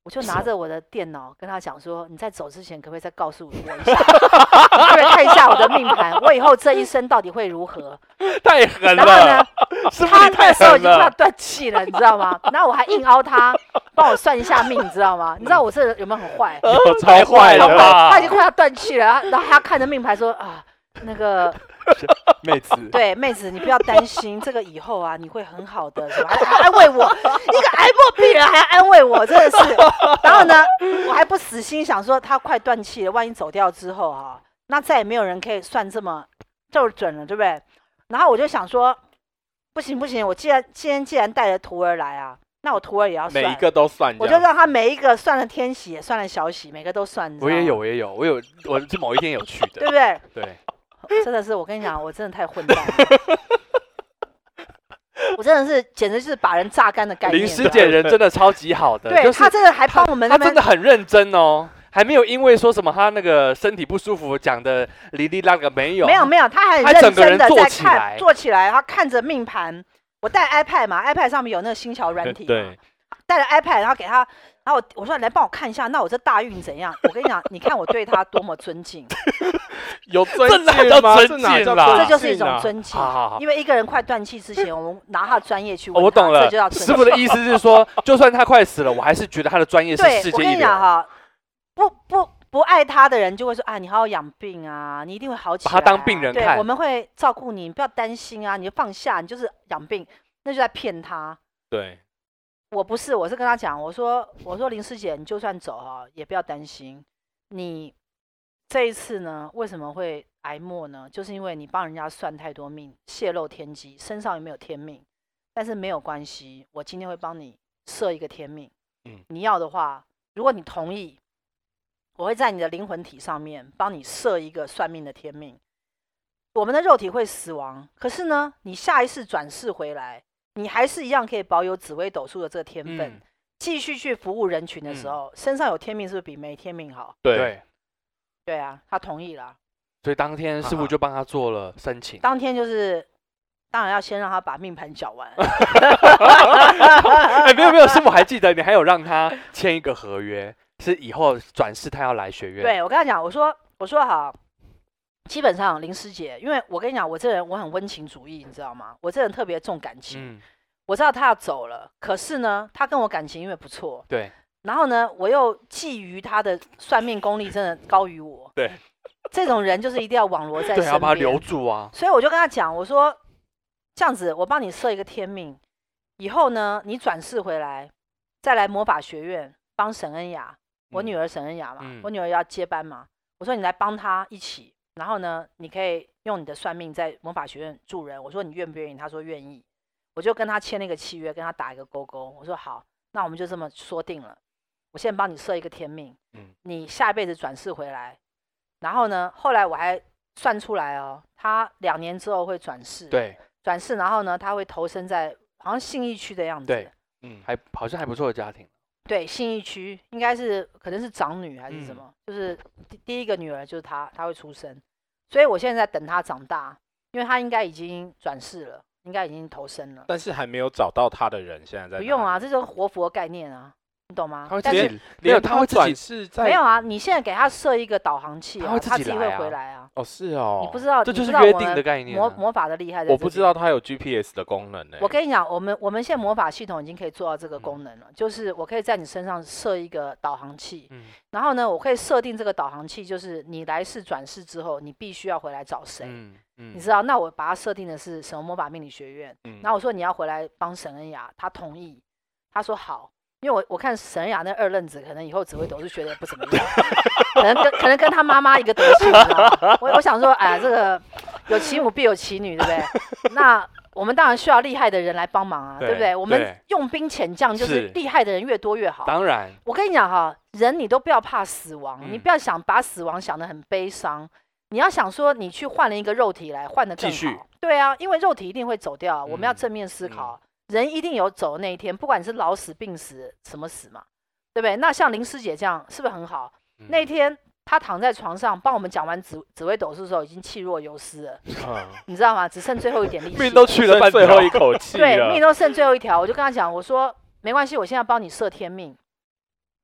Speaker 1: 我就拿
Speaker 2: 是
Speaker 1: 着我的电脑跟他讲说：“你在走之前，可不可以再告诉我
Speaker 2: [LAUGHS]
Speaker 1: 一下，你可不可以看一下我的命盘，我以后这一生到底会如何
Speaker 2: 太？”狠
Speaker 1: [LAUGHS] 然后
Speaker 2: 了
Speaker 1: 呢，，
Speaker 2: 是不是
Speaker 1: 他
Speaker 2: 你
Speaker 1: 那
Speaker 2: 太
Speaker 1: 时候已
Speaker 2: 狠
Speaker 1: 经快要
Speaker 2: 了？
Speaker 1: 断气了，你知道吗？ [LAUGHS] 然后我还硬凹他帮我算一下命，你知道吗？你知道我这人有没有很坏？
Speaker 3: 有
Speaker 2: 太
Speaker 3: 超
Speaker 2: 嗯坏
Speaker 3: 坏啊
Speaker 2: 了
Speaker 3: 了吧？
Speaker 2: 吧
Speaker 1: 他已经快要断气了，然后然后他看着命盘说：“啊，那个
Speaker 2: 妹子，
Speaker 1: [LAUGHS] 对，妹子，你不要担心，这个以后啊，你会很好的，什么还还安慰我，一个癌末病人还安慰我，真的是。然后呢，我还不死心，想说他快断气了，万一走掉之后啊，那再也没有人可以算这么就准了，对不对？然后我就想说，不行不行，我既然今天既然带着徒儿来啊，那我徒儿也要算，
Speaker 3: 每一个都算这
Speaker 1: 我就
Speaker 3: 样，
Speaker 1: 让他每一个算了天喜，也算了小喜，每个都算。你知
Speaker 2: 我也
Speaker 1: 道
Speaker 2: 有，
Speaker 1: 吗，
Speaker 2: 我也有，我有，我是某一天有去
Speaker 1: 对
Speaker 2: 的，
Speaker 1: 不对？
Speaker 2: 对，
Speaker 1: 真的是，我跟你讲，我真的太混蛋了，我真的是简直就是把人榨干的概念。
Speaker 2: 林
Speaker 1: 你
Speaker 2: 师
Speaker 1: 知道
Speaker 2: 姐
Speaker 1: 吗
Speaker 2: 人真的超级好的，
Speaker 1: 对、
Speaker 2: 就是
Speaker 1: 他真的还帮我们那
Speaker 2: 她真
Speaker 1: 边
Speaker 2: 的很认真哦，还没有因为说什么她那个身体不舒服讲的哩哩啦啦没有，
Speaker 1: 没有没有，他很
Speaker 2: 他
Speaker 1: 认
Speaker 2: 整个
Speaker 1: 真
Speaker 2: 人
Speaker 1: 的
Speaker 2: 坐
Speaker 1: 在
Speaker 2: 起
Speaker 1: 看
Speaker 2: 来
Speaker 1: 坐起来，他看着命盘。我带 iPad 嘛，iPad 上面有那个星桥
Speaker 2: 呃
Speaker 1: 软体，，
Speaker 3: 对，
Speaker 1: 带了 iPad，然后给他，然后我我说你来帮我看一下，那我这大运怎样？我跟你讲，你看我对他多么尊
Speaker 2: [LAUGHS]
Speaker 1: 敬，
Speaker 3: 有尊
Speaker 2: 这哪
Speaker 3: 敬
Speaker 2: 叫
Speaker 3: 吗？
Speaker 2: 尊
Speaker 3: 这哪
Speaker 2: 敬
Speaker 3: 叫
Speaker 2: 啦
Speaker 3: 尊
Speaker 1: 这
Speaker 3: 敬
Speaker 1: 就是一种
Speaker 3: 啊
Speaker 1: 尊敬。
Speaker 2: 好好好。
Speaker 1: 因为一个人快断气之前，我们拿他的专业去
Speaker 2: 哦
Speaker 1: 问他，
Speaker 2: 我懂了
Speaker 1: 这就叫，尊
Speaker 2: 师
Speaker 1: 敬。
Speaker 2: 傅的意思
Speaker 1: [LAUGHS]
Speaker 2: 是说，就算他快死了，我还是觉得他的专业是
Speaker 1: 对
Speaker 2: 世，
Speaker 1: 我
Speaker 2: 界
Speaker 1: 跟
Speaker 2: 一
Speaker 1: 你讲
Speaker 2: 流，
Speaker 1: 哈，不不不爱他的人就会说啊，你好好养病啊，你一定会好起来、
Speaker 2: 他
Speaker 1: 啊。
Speaker 2: 当病人看
Speaker 1: 对，我们会照顾你，你不要担心啊，你就放下，你就是养病，那就在骗他。
Speaker 3: 对，
Speaker 1: 我不是，我是跟他讲，我说我说林师姐，你就算走哈、也不要担心，你这一次呢为什么会挨末呢？就是因为你帮人家算太多命，泄露天机，身上有没有天命？但是没有关系，我今天会帮你设一个天命。
Speaker 3: 嗯
Speaker 1: 你要的话，如果你同意，我会在你的灵魂体上面帮你设一个算命的天命。我们的肉体会死亡，可是呢，你下一次转世回来，你还是一样可以保有紫微斗数的这个天分，
Speaker 2: 嗯，
Speaker 1: 继续去服务人群的时
Speaker 2: 嗯
Speaker 1: 候，身上有天命是不是比没天命好？
Speaker 3: 对，
Speaker 2: 对，
Speaker 1: 对啊，他同意啦。
Speaker 2: 所以当天师傅就帮他做了申
Speaker 1: [LAUGHS]
Speaker 2: 请，
Speaker 1: 当天就是，当然要先让他把命盘缴完。
Speaker 2: 哎，没有没有，师傅还记得你还有让他签一个合约，是以后转世他要来学院，
Speaker 1: 对我跟他讲，我说我说好，基本上林师姐，因为我跟你讲，我这人我很温情主义，你知道吗？我这人特别重感情。
Speaker 2: 嗯，
Speaker 1: 我知道他要走了，可是呢，他跟我感情因为不错，
Speaker 2: 对，
Speaker 1: 然后呢，我又觊觎他的算命功力真的高于我。
Speaker 2: 对，
Speaker 1: 这种人就是一定要网罗在
Speaker 2: 对，要
Speaker 1: 身
Speaker 2: 把他
Speaker 1: 边。
Speaker 2: 留住啊，
Speaker 1: 所以我就跟他讲，我说这样子，我帮你设一个天命，以后呢，你转世回来，再来魔法学院帮沈恩雅，我女
Speaker 3: 嗯
Speaker 1: 儿沈恩雅嘛，
Speaker 2: 嗯
Speaker 1: 我女儿要接班嘛，我说你来帮她一起，然后呢，你可以用你的算命在魔法学院助人，我说你愿不愿意？她说愿意，我就跟她签了一个契约，跟她打一个勾勾，我说好，那我们就这么说定了，我现在帮你设一个天命，
Speaker 3: 嗯
Speaker 1: 你下一辈子转世回来，然后呢，后来我还算出来哦，他两年之后会转世，，
Speaker 2: 对，
Speaker 1: 转世，然后呢，他会投身在好像信义区的样子，
Speaker 2: 对，
Speaker 3: 嗯，
Speaker 2: 还好像还不错的家庭，
Speaker 1: 对信义区应该是可能是长女还是什
Speaker 3: 嗯
Speaker 1: 么，就是第第一个女儿就是她，她会出生，所以我现在在等她长大，因为她应该已经转世了，应该已经投生了。
Speaker 3: 但是还没有找到他的人，现在在
Speaker 1: 不用
Speaker 3: 哪
Speaker 1: 啊，
Speaker 3: 里，
Speaker 1: 这就是活佛概念啊，你懂吗
Speaker 2: 他会？
Speaker 1: 但
Speaker 2: 自
Speaker 1: 是
Speaker 2: 己没有，
Speaker 3: 连
Speaker 2: 他会自
Speaker 3: 转
Speaker 2: 己
Speaker 3: 世在
Speaker 1: 没有啊，你现在给他设一个导航器
Speaker 2: 他
Speaker 1: 啊，
Speaker 2: 会自
Speaker 1: 他
Speaker 2: 己
Speaker 1: 自己
Speaker 2: 来
Speaker 1: 会回
Speaker 2: 啊
Speaker 1: 来啊。
Speaker 3: 哦，是哦，
Speaker 1: 你不知道，
Speaker 2: 这
Speaker 1: 你
Speaker 2: 就
Speaker 1: 不
Speaker 2: 是
Speaker 1: 知道
Speaker 2: 约
Speaker 1: 我
Speaker 2: 定
Speaker 1: 们
Speaker 2: 的概念
Speaker 1: 魔
Speaker 2: 啊
Speaker 1: 魔法的厉害在
Speaker 3: 我
Speaker 1: 这
Speaker 3: 不知
Speaker 1: 边
Speaker 3: 道它有 GPS 的功能呢、欸
Speaker 1: 我跟你讲，我们我们现在魔法系统已经可以做到这个
Speaker 3: 嗯
Speaker 1: 功能了，就是我可以在你身上设一个导航器，
Speaker 2: 嗯
Speaker 1: 然后呢，我可以设定这个导航器，就是你来世转世之后，你必须要回来找谁。
Speaker 2: 嗯嗯
Speaker 1: 你知道，那我把它设定的是什么魔法命理学院，
Speaker 3: 嗯
Speaker 1: 然后我说你要回来帮沈恩雅，她同意，她说好，因为我我看沈恩雅那二愣子，可能以后紫微斗数学的也不怎么样，可能跟可能跟他妈妈一个德行，你知道吗我我想说，哎呀，这个有其母必有其女，对不对？那我们当然需要厉害的人来帮忙啊，对不
Speaker 2: 对
Speaker 1: 对？我们
Speaker 2: 对
Speaker 1: 用兵遣将，就是
Speaker 2: 是
Speaker 1: 厉害的人越多越好。
Speaker 2: 当然，
Speaker 1: 我跟你讲哈，人你都不要怕死亡，你
Speaker 2: 嗯
Speaker 1: 不要想把死亡想得很悲伤，你要想说你去换了一个肉体来换的更
Speaker 2: 继续
Speaker 1: 好。对啊，因为肉体一定会走掉，我们要
Speaker 3: 嗯
Speaker 1: 正面思
Speaker 3: 嗯
Speaker 1: 考，人一定有走的那一天，不管你是老死、病死、什么死嘛，对不对？那像林师姐这样是不是很好？那
Speaker 2: 嗯
Speaker 1: 天她躺在床上帮我们讲完紫紫微斗数的时候，已经气若游丝了，
Speaker 3: 嗯
Speaker 1: 你知道吗？只剩最后一点力气
Speaker 2: [LAUGHS] 命。都去了
Speaker 3: 剩
Speaker 2: 半
Speaker 3: [LAUGHS] 最后
Speaker 2: 条
Speaker 3: 一口气
Speaker 2: 啊
Speaker 1: 对，命
Speaker 3: 了，
Speaker 1: 都剩最后一条，我就跟他讲，我说没关系，我现在帮你设天命，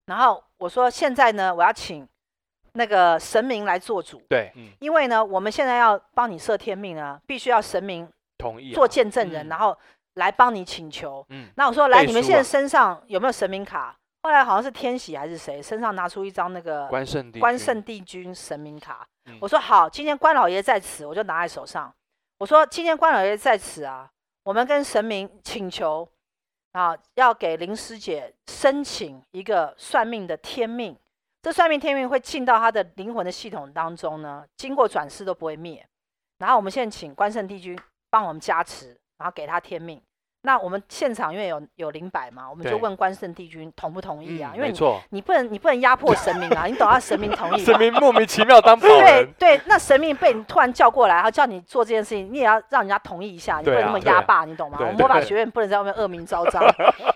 Speaker 1: 然后我说现在呢，我要请那个神明来做主，
Speaker 2: [LAUGHS] 对
Speaker 3: 嗯
Speaker 1: 因为呢，我们现在要帮你设天命呢，必须要神明
Speaker 2: 同意啊
Speaker 1: 做见证人，
Speaker 2: 嗯
Speaker 1: 然后来帮你请求。
Speaker 2: 嗯
Speaker 1: 那我说来，
Speaker 2: 背
Speaker 1: 你们
Speaker 2: 书
Speaker 1: 现在
Speaker 2: 啊
Speaker 1: 身上有没有神明卡？后来好像是天喜还是谁身上拿出一张那个
Speaker 2: 关圣帝
Speaker 1: 关
Speaker 2: 君
Speaker 1: 圣帝君神明卡。
Speaker 3: 嗯
Speaker 1: 我说好，今天关老爷在此，我就拿在手上。我说今天关老爷在此啊，我们跟神明请求啊，要给林师姐申请一个算命的天命。这算命天命会进到她的灵魂的系统当中呢，经过转世都不会灭。然后我们现在请关圣帝君帮我们加持，然后给他天命。那我们现场因为有有灵摆嘛，我们就
Speaker 2: 对
Speaker 1: 问关圣帝君同不同意啊？
Speaker 3: 嗯
Speaker 1: 因为
Speaker 2: 没
Speaker 1: 你 [LAUGHS]
Speaker 2: 错，
Speaker 1: 你不能你不能压迫神明
Speaker 2: [LAUGHS]
Speaker 1: 啊，你懂啊？神明同意
Speaker 2: 神
Speaker 1: 嘛
Speaker 2: 明莫名其妙当保
Speaker 1: 对 [LAUGHS]
Speaker 2: 人，
Speaker 1: 对，那神明被你突然叫过来，然后叫你做这件事情，你也要让人家同意一下，你不
Speaker 2: 对
Speaker 1: 能
Speaker 2: 啊
Speaker 1: 那么
Speaker 2: 对
Speaker 1: 压
Speaker 2: 啊
Speaker 1: 霸，你懂吗？
Speaker 3: 对
Speaker 1: 我们魔法
Speaker 2: 对
Speaker 1: 学院不能在外面恶名昭彰，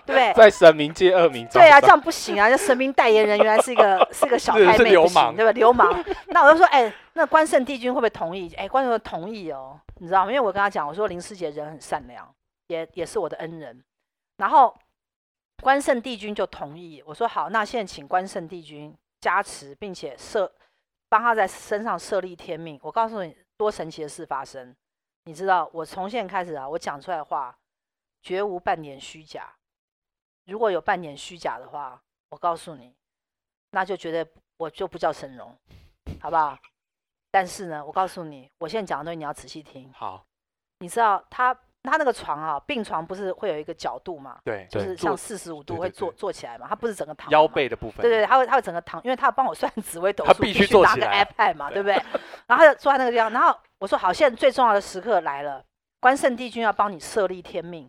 Speaker 1: 对不对？
Speaker 3: [LAUGHS] 在神明界恶名昭彰。
Speaker 1: 对啊，这样不行啊！这神明代言人原来是一
Speaker 2: [LAUGHS]
Speaker 1: 个是个小
Speaker 2: 是
Speaker 1: 太
Speaker 2: 是
Speaker 1: 妹，
Speaker 2: 流
Speaker 1: 不行，
Speaker 2: 氓
Speaker 1: 对吧？流氓。那我就说，哎，那关圣帝君会不会同意？哎，关圣帝君同意哦，你知道吗？因为我跟他讲，我说林师姐人很善良，也也是我的恩人。然后关圣帝君就同意，我说好，那现在请关圣帝君加持，并且设帮他在身上设立天命。我告诉你，多神奇的事发生。你知道，我从现在开始啊，我讲出来的话绝无半点虚假。如果有半点虚假的话，我告诉你，那就绝对不我就不叫神容，好不好？但是呢，我告诉你，我现在讲的东西你要仔细听。
Speaker 2: 好
Speaker 1: 你知道他他那个床啊，病床不是会有一个角度嘛，
Speaker 2: 对，
Speaker 1: 就是
Speaker 2: 坐
Speaker 1: 像四十五
Speaker 2: 对
Speaker 1: 度会
Speaker 2: 对
Speaker 1: 坐
Speaker 2: 对
Speaker 1: 坐起来嘛，他不是整个躺
Speaker 2: 腰
Speaker 1: 嘛
Speaker 2: 背的部分，
Speaker 1: 对对，他会他会整个躺，因为他要帮我算紫微斗
Speaker 2: 他
Speaker 1: 数，
Speaker 2: 必
Speaker 1: 必
Speaker 2: 须坐
Speaker 1: 拿
Speaker 2: 起
Speaker 1: 个
Speaker 2: 来啊
Speaker 1: iPad 嘛，对
Speaker 2: 对
Speaker 1: 不对？然后他就坐在那个地方，然后我说好，现在最重要的时刻来了，关圣帝君要帮你设立天命，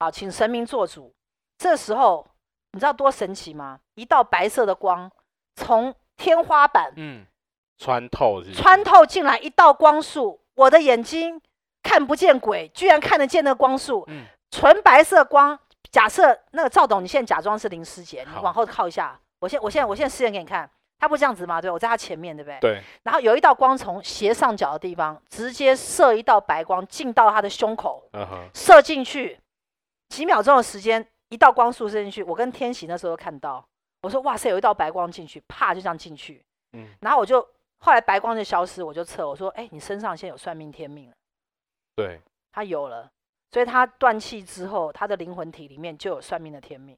Speaker 1: 好，请神明做主。这时候你知道多神奇吗？一道白色的光从天花板
Speaker 2: 嗯，
Speaker 3: [LAUGHS] 穿透是不是
Speaker 1: 穿透进来，一道光束，我的眼睛看不见鬼，居然看得见那个光束，
Speaker 2: 嗯
Speaker 1: 纯白色光。假设那个赵董，你现在假装是林师姐，你
Speaker 3: 好
Speaker 1: 往后靠一下。我现我现在我现在试验给你看，他不这样子嘛？对，我在他前面，对不对？
Speaker 3: 对，
Speaker 1: 然后有一道光从斜上角的地方直接射一道白光进到他的胸口，
Speaker 3: 嗯哼，
Speaker 1: 射进去，几秒钟的时间，一道光束射进去。我跟天喜那时候都看到，我说哇塞，有一道白光进去，啪就这样进去。
Speaker 3: 嗯
Speaker 1: 然后我就后来白光就消失，我就测，我说哎，你身上现在有算命天命了。
Speaker 3: 对，
Speaker 1: 他有了，所以他断气之后，他的灵魂体里面就有算命的天命。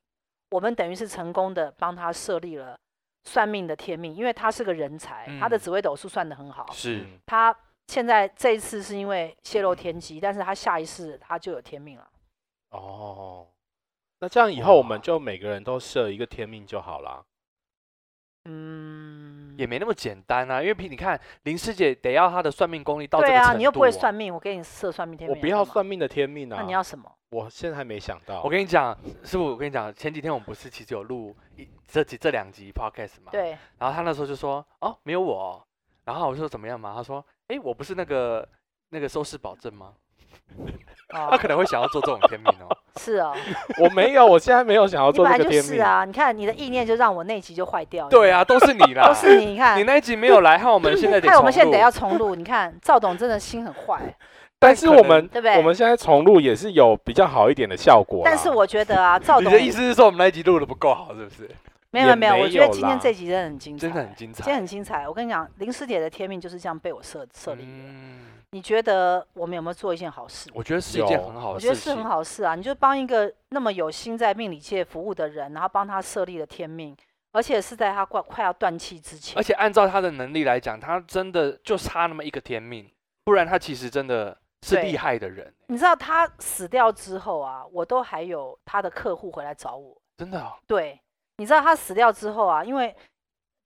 Speaker 1: 我们等于是成功的帮他设立了算命的天命，因为他是个人才，他的
Speaker 2: 嗯
Speaker 1: 紫微斗数算得很好。
Speaker 2: 是
Speaker 3: 嗯
Speaker 1: 他现在这一次是因为泄露天机，但是他下一世他就有天命了。
Speaker 3: 哦。那这样以后我
Speaker 2: 哇
Speaker 3: 们就每个人都设一个天命就好啦。
Speaker 1: 嗯，
Speaker 2: 也没那么简单啊，因为你看林师姐得要她的算命功力到这
Speaker 1: 对
Speaker 2: 个程度、
Speaker 1: 啊，你又不会算。命，我给你设算命天
Speaker 3: 我
Speaker 1: 命，
Speaker 3: 不要，算命的天命啊！
Speaker 1: 那你要什么？
Speaker 3: 我现在还没想到。
Speaker 2: 我跟你讲，师傅，我跟你讲，前几天我们不是其实有录一这几这两集 podcast 嘛？。 [LAUGHS]
Speaker 1: 对，
Speaker 2: 然后他那时候就说：“哦，没有我哦。”然后我就说：“怎么样嘛？”他说：“诶，我不是那个那个收视保证吗？”
Speaker 1: 哦 [LAUGHS]
Speaker 2: 他可能会想要做这种天命哦。
Speaker 1: 是哦，
Speaker 3: [LAUGHS] 我没有，我现在没有想要
Speaker 1: 你本
Speaker 3: 做
Speaker 1: 来
Speaker 3: 这个
Speaker 1: 就
Speaker 3: 天
Speaker 1: 是
Speaker 3: 命。
Speaker 1: 啊，你看你的意念就让我那一集就坏掉。
Speaker 2: 对啊，都是你啦，
Speaker 1: 都是你，你看
Speaker 2: 你，那一集没有来，害我
Speaker 1: [LAUGHS]
Speaker 2: 们现在得
Speaker 1: 害我们
Speaker 2: 重
Speaker 1: 现在得
Speaker 2: 录
Speaker 1: 要重录。你看赵董真的心很坏，
Speaker 3: 但是
Speaker 2: 可
Speaker 3: 我
Speaker 2: 能
Speaker 3: 们
Speaker 1: 对不对
Speaker 3: 我们现在重录也是有比较好一点的效果啦。
Speaker 1: 但是我觉得啊，赵
Speaker 2: 你
Speaker 1: 董
Speaker 2: 的意思是说我们那一集录的不够好，是不是？
Speaker 1: 没有没
Speaker 3: 也
Speaker 1: 有没有，我
Speaker 3: 没
Speaker 1: 觉得
Speaker 3: 有
Speaker 1: 今天
Speaker 3: 啦
Speaker 1: 这集真的很精彩，
Speaker 2: 真的很精彩，
Speaker 1: 今天很精彩。我跟你讲，林师姐的天命就是这样被我设设立。
Speaker 2: 嗯，
Speaker 1: 你觉得我们有没有做一件好事？
Speaker 2: 我觉得是一件
Speaker 3: 有
Speaker 2: 很好
Speaker 1: 我
Speaker 2: 的
Speaker 1: 觉得
Speaker 2: 事
Speaker 1: 是很。
Speaker 2: 情
Speaker 1: 好事啊！你就帮一个那么有心在命理界服务的人，然后帮他设立了天命，而且是在他快快要断气之前
Speaker 2: 而。且按照他的能力来讲，他真的就差那么一个天命，不然他其实真的是
Speaker 1: 对
Speaker 2: 厉害的人，
Speaker 1: 你知道他死掉之后啊，我都还有他的客户回来找我。
Speaker 2: 真的哦、
Speaker 1: 对，你知道他死掉之后啊，因为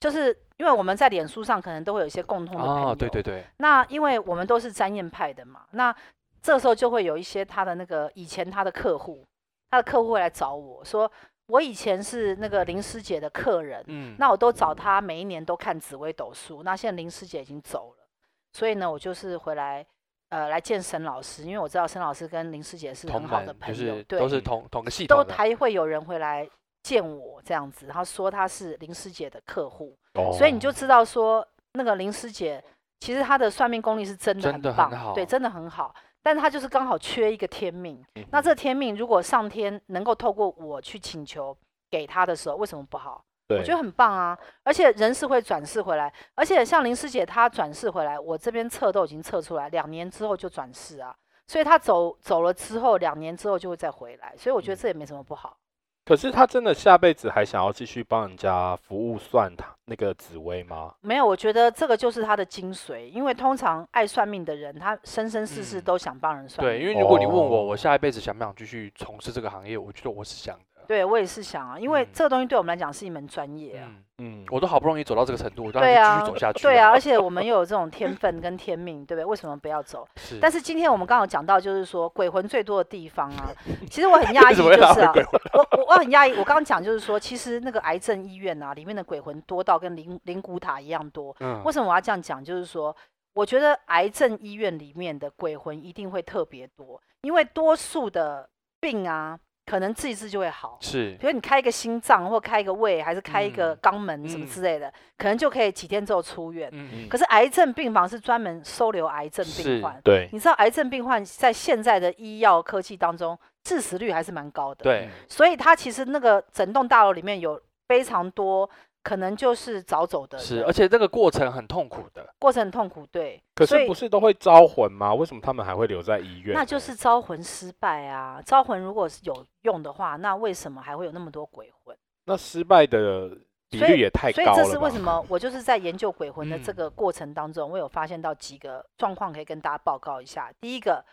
Speaker 1: 就是因为我们在脸书上可能都会有一些共同的朋友，
Speaker 2: 哦，对对对，
Speaker 1: 那因为我们都是占验派的嘛，那这时候就会有一些他的那个以前他的客户，他的客户会来找我说，我以前是那个林师姐的客人，
Speaker 2: 嗯，
Speaker 1: 那我都找他每一年都看紫微斗数，那现在林师姐已经走了，所以呢，我就是回来呃来见沈老师，因为我知道沈老师跟林师姐是
Speaker 2: 同
Speaker 1: 很好的
Speaker 2: 门
Speaker 1: 朋
Speaker 2: 就
Speaker 1: 友，
Speaker 2: 是
Speaker 1: 对，
Speaker 2: 都是同同个系
Speaker 1: 都
Speaker 2: 统的，
Speaker 1: 还会有人会来见我这样子，然后说他是林师姐的客户，
Speaker 3: 哦，
Speaker 1: 所以你就知道说，那个林师姐其实她的算命功力是真的
Speaker 2: 真
Speaker 1: 很
Speaker 2: 的很
Speaker 1: 棒，
Speaker 2: 好
Speaker 1: 对，真的很好。但她就是刚好缺一个天命。
Speaker 3: 嗯
Speaker 1: 那这天命如果上天能够透过我去请求给她的时候，为什么不好？
Speaker 3: 对
Speaker 1: 我觉得很棒啊！而且人是会转世回来，而且像林师姐她转世回来，我这边测都已经测出来，两年之后就转世啊。所以她走走了之后，两年之后就会再回来，所以我觉得
Speaker 3: 嗯
Speaker 1: 这也没什么不好。
Speaker 3: 可是他真的下辈子还想要继续帮人家服务算他那个紫薇吗？
Speaker 1: 没有，我觉得这个就是他的精髓，因为通常爱算命的人，他生生世世
Speaker 2: 嗯
Speaker 1: 都想帮人算命。
Speaker 2: 对，因为如果你问我，
Speaker 3: 哦
Speaker 2: 我下一辈子想不想继续从事这个行业，我觉得我是想的。
Speaker 1: 对我也是想啊，因为
Speaker 2: 嗯
Speaker 1: 这个东西对我们来讲是一门专业啊。
Speaker 2: 嗯，
Speaker 3: 嗯，
Speaker 2: 我都好不容易走到这个程度，我当
Speaker 1: 对
Speaker 2: 然
Speaker 1: 啊
Speaker 2: 就继续走下去。
Speaker 1: 对啊，，而且我们又有这种天分跟天命，对不对？为什么不要走？
Speaker 2: 是。
Speaker 1: 但
Speaker 2: 是
Speaker 1: 是今天我们刚好讲到，就是说鬼魂最多的地方
Speaker 2: [LAUGHS]
Speaker 1: 啊，其实我很讶
Speaker 2: 为
Speaker 1: 异，
Speaker 2: 什么
Speaker 1: 就
Speaker 2: 会拉
Speaker 1: 是
Speaker 2: 回
Speaker 1: 啊，
Speaker 2: 鬼魂？
Speaker 1: 我我我很讶异，我刚刚讲就是说，其实那个癌症医院啊，里面的鬼魂多到跟灵灵骨塔一样多。
Speaker 2: 嗯
Speaker 1: 为，什么我要这样讲？就是说，我觉得癌症医院里面的鬼魂一定会特别多，因为多数的病啊，可能治一治就会好。
Speaker 2: 是
Speaker 1: 比如你开一个心脏，或开一个胃，还是开一个
Speaker 2: 嗯
Speaker 1: 肛门什么
Speaker 2: 嗯
Speaker 1: 之类的，可能就可以几天之后出院。
Speaker 2: 嗯嗯，
Speaker 1: 可是癌症病房是专门收留癌症
Speaker 2: 是
Speaker 1: 病患，
Speaker 3: 对，
Speaker 1: 你知道癌症病患在现在的医药科技当中，致死率还是蛮高的。
Speaker 2: 对，
Speaker 1: 所以它其实那个整栋大楼里面有非常多可能就是早走的人，
Speaker 2: 是，而且这个过程很痛苦的，
Speaker 1: 过程很痛苦，对。
Speaker 3: 可
Speaker 1: 所
Speaker 3: 是
Speaker 1: 以
Speaker 3: 不是都会招魂吗？为什么他们还会留在医院呢？
Speaker 1: 那就是招魂失败啊！招魂如果是有用的话，那为什么还会有那么多鬼魂？
Speaker 3: 那失败的比
Speaker 1: 所以
Speaker 3: 率也太
Speaker 1: 所以
Speaker 3: 高了吧。
Speaker 1: 这是为什么我就是在研究鬼魂的这
Speaker 2: 嗯
Speaker 1: 个过程当中，我有发现到几个状况可以跟大家报告一下。第一个，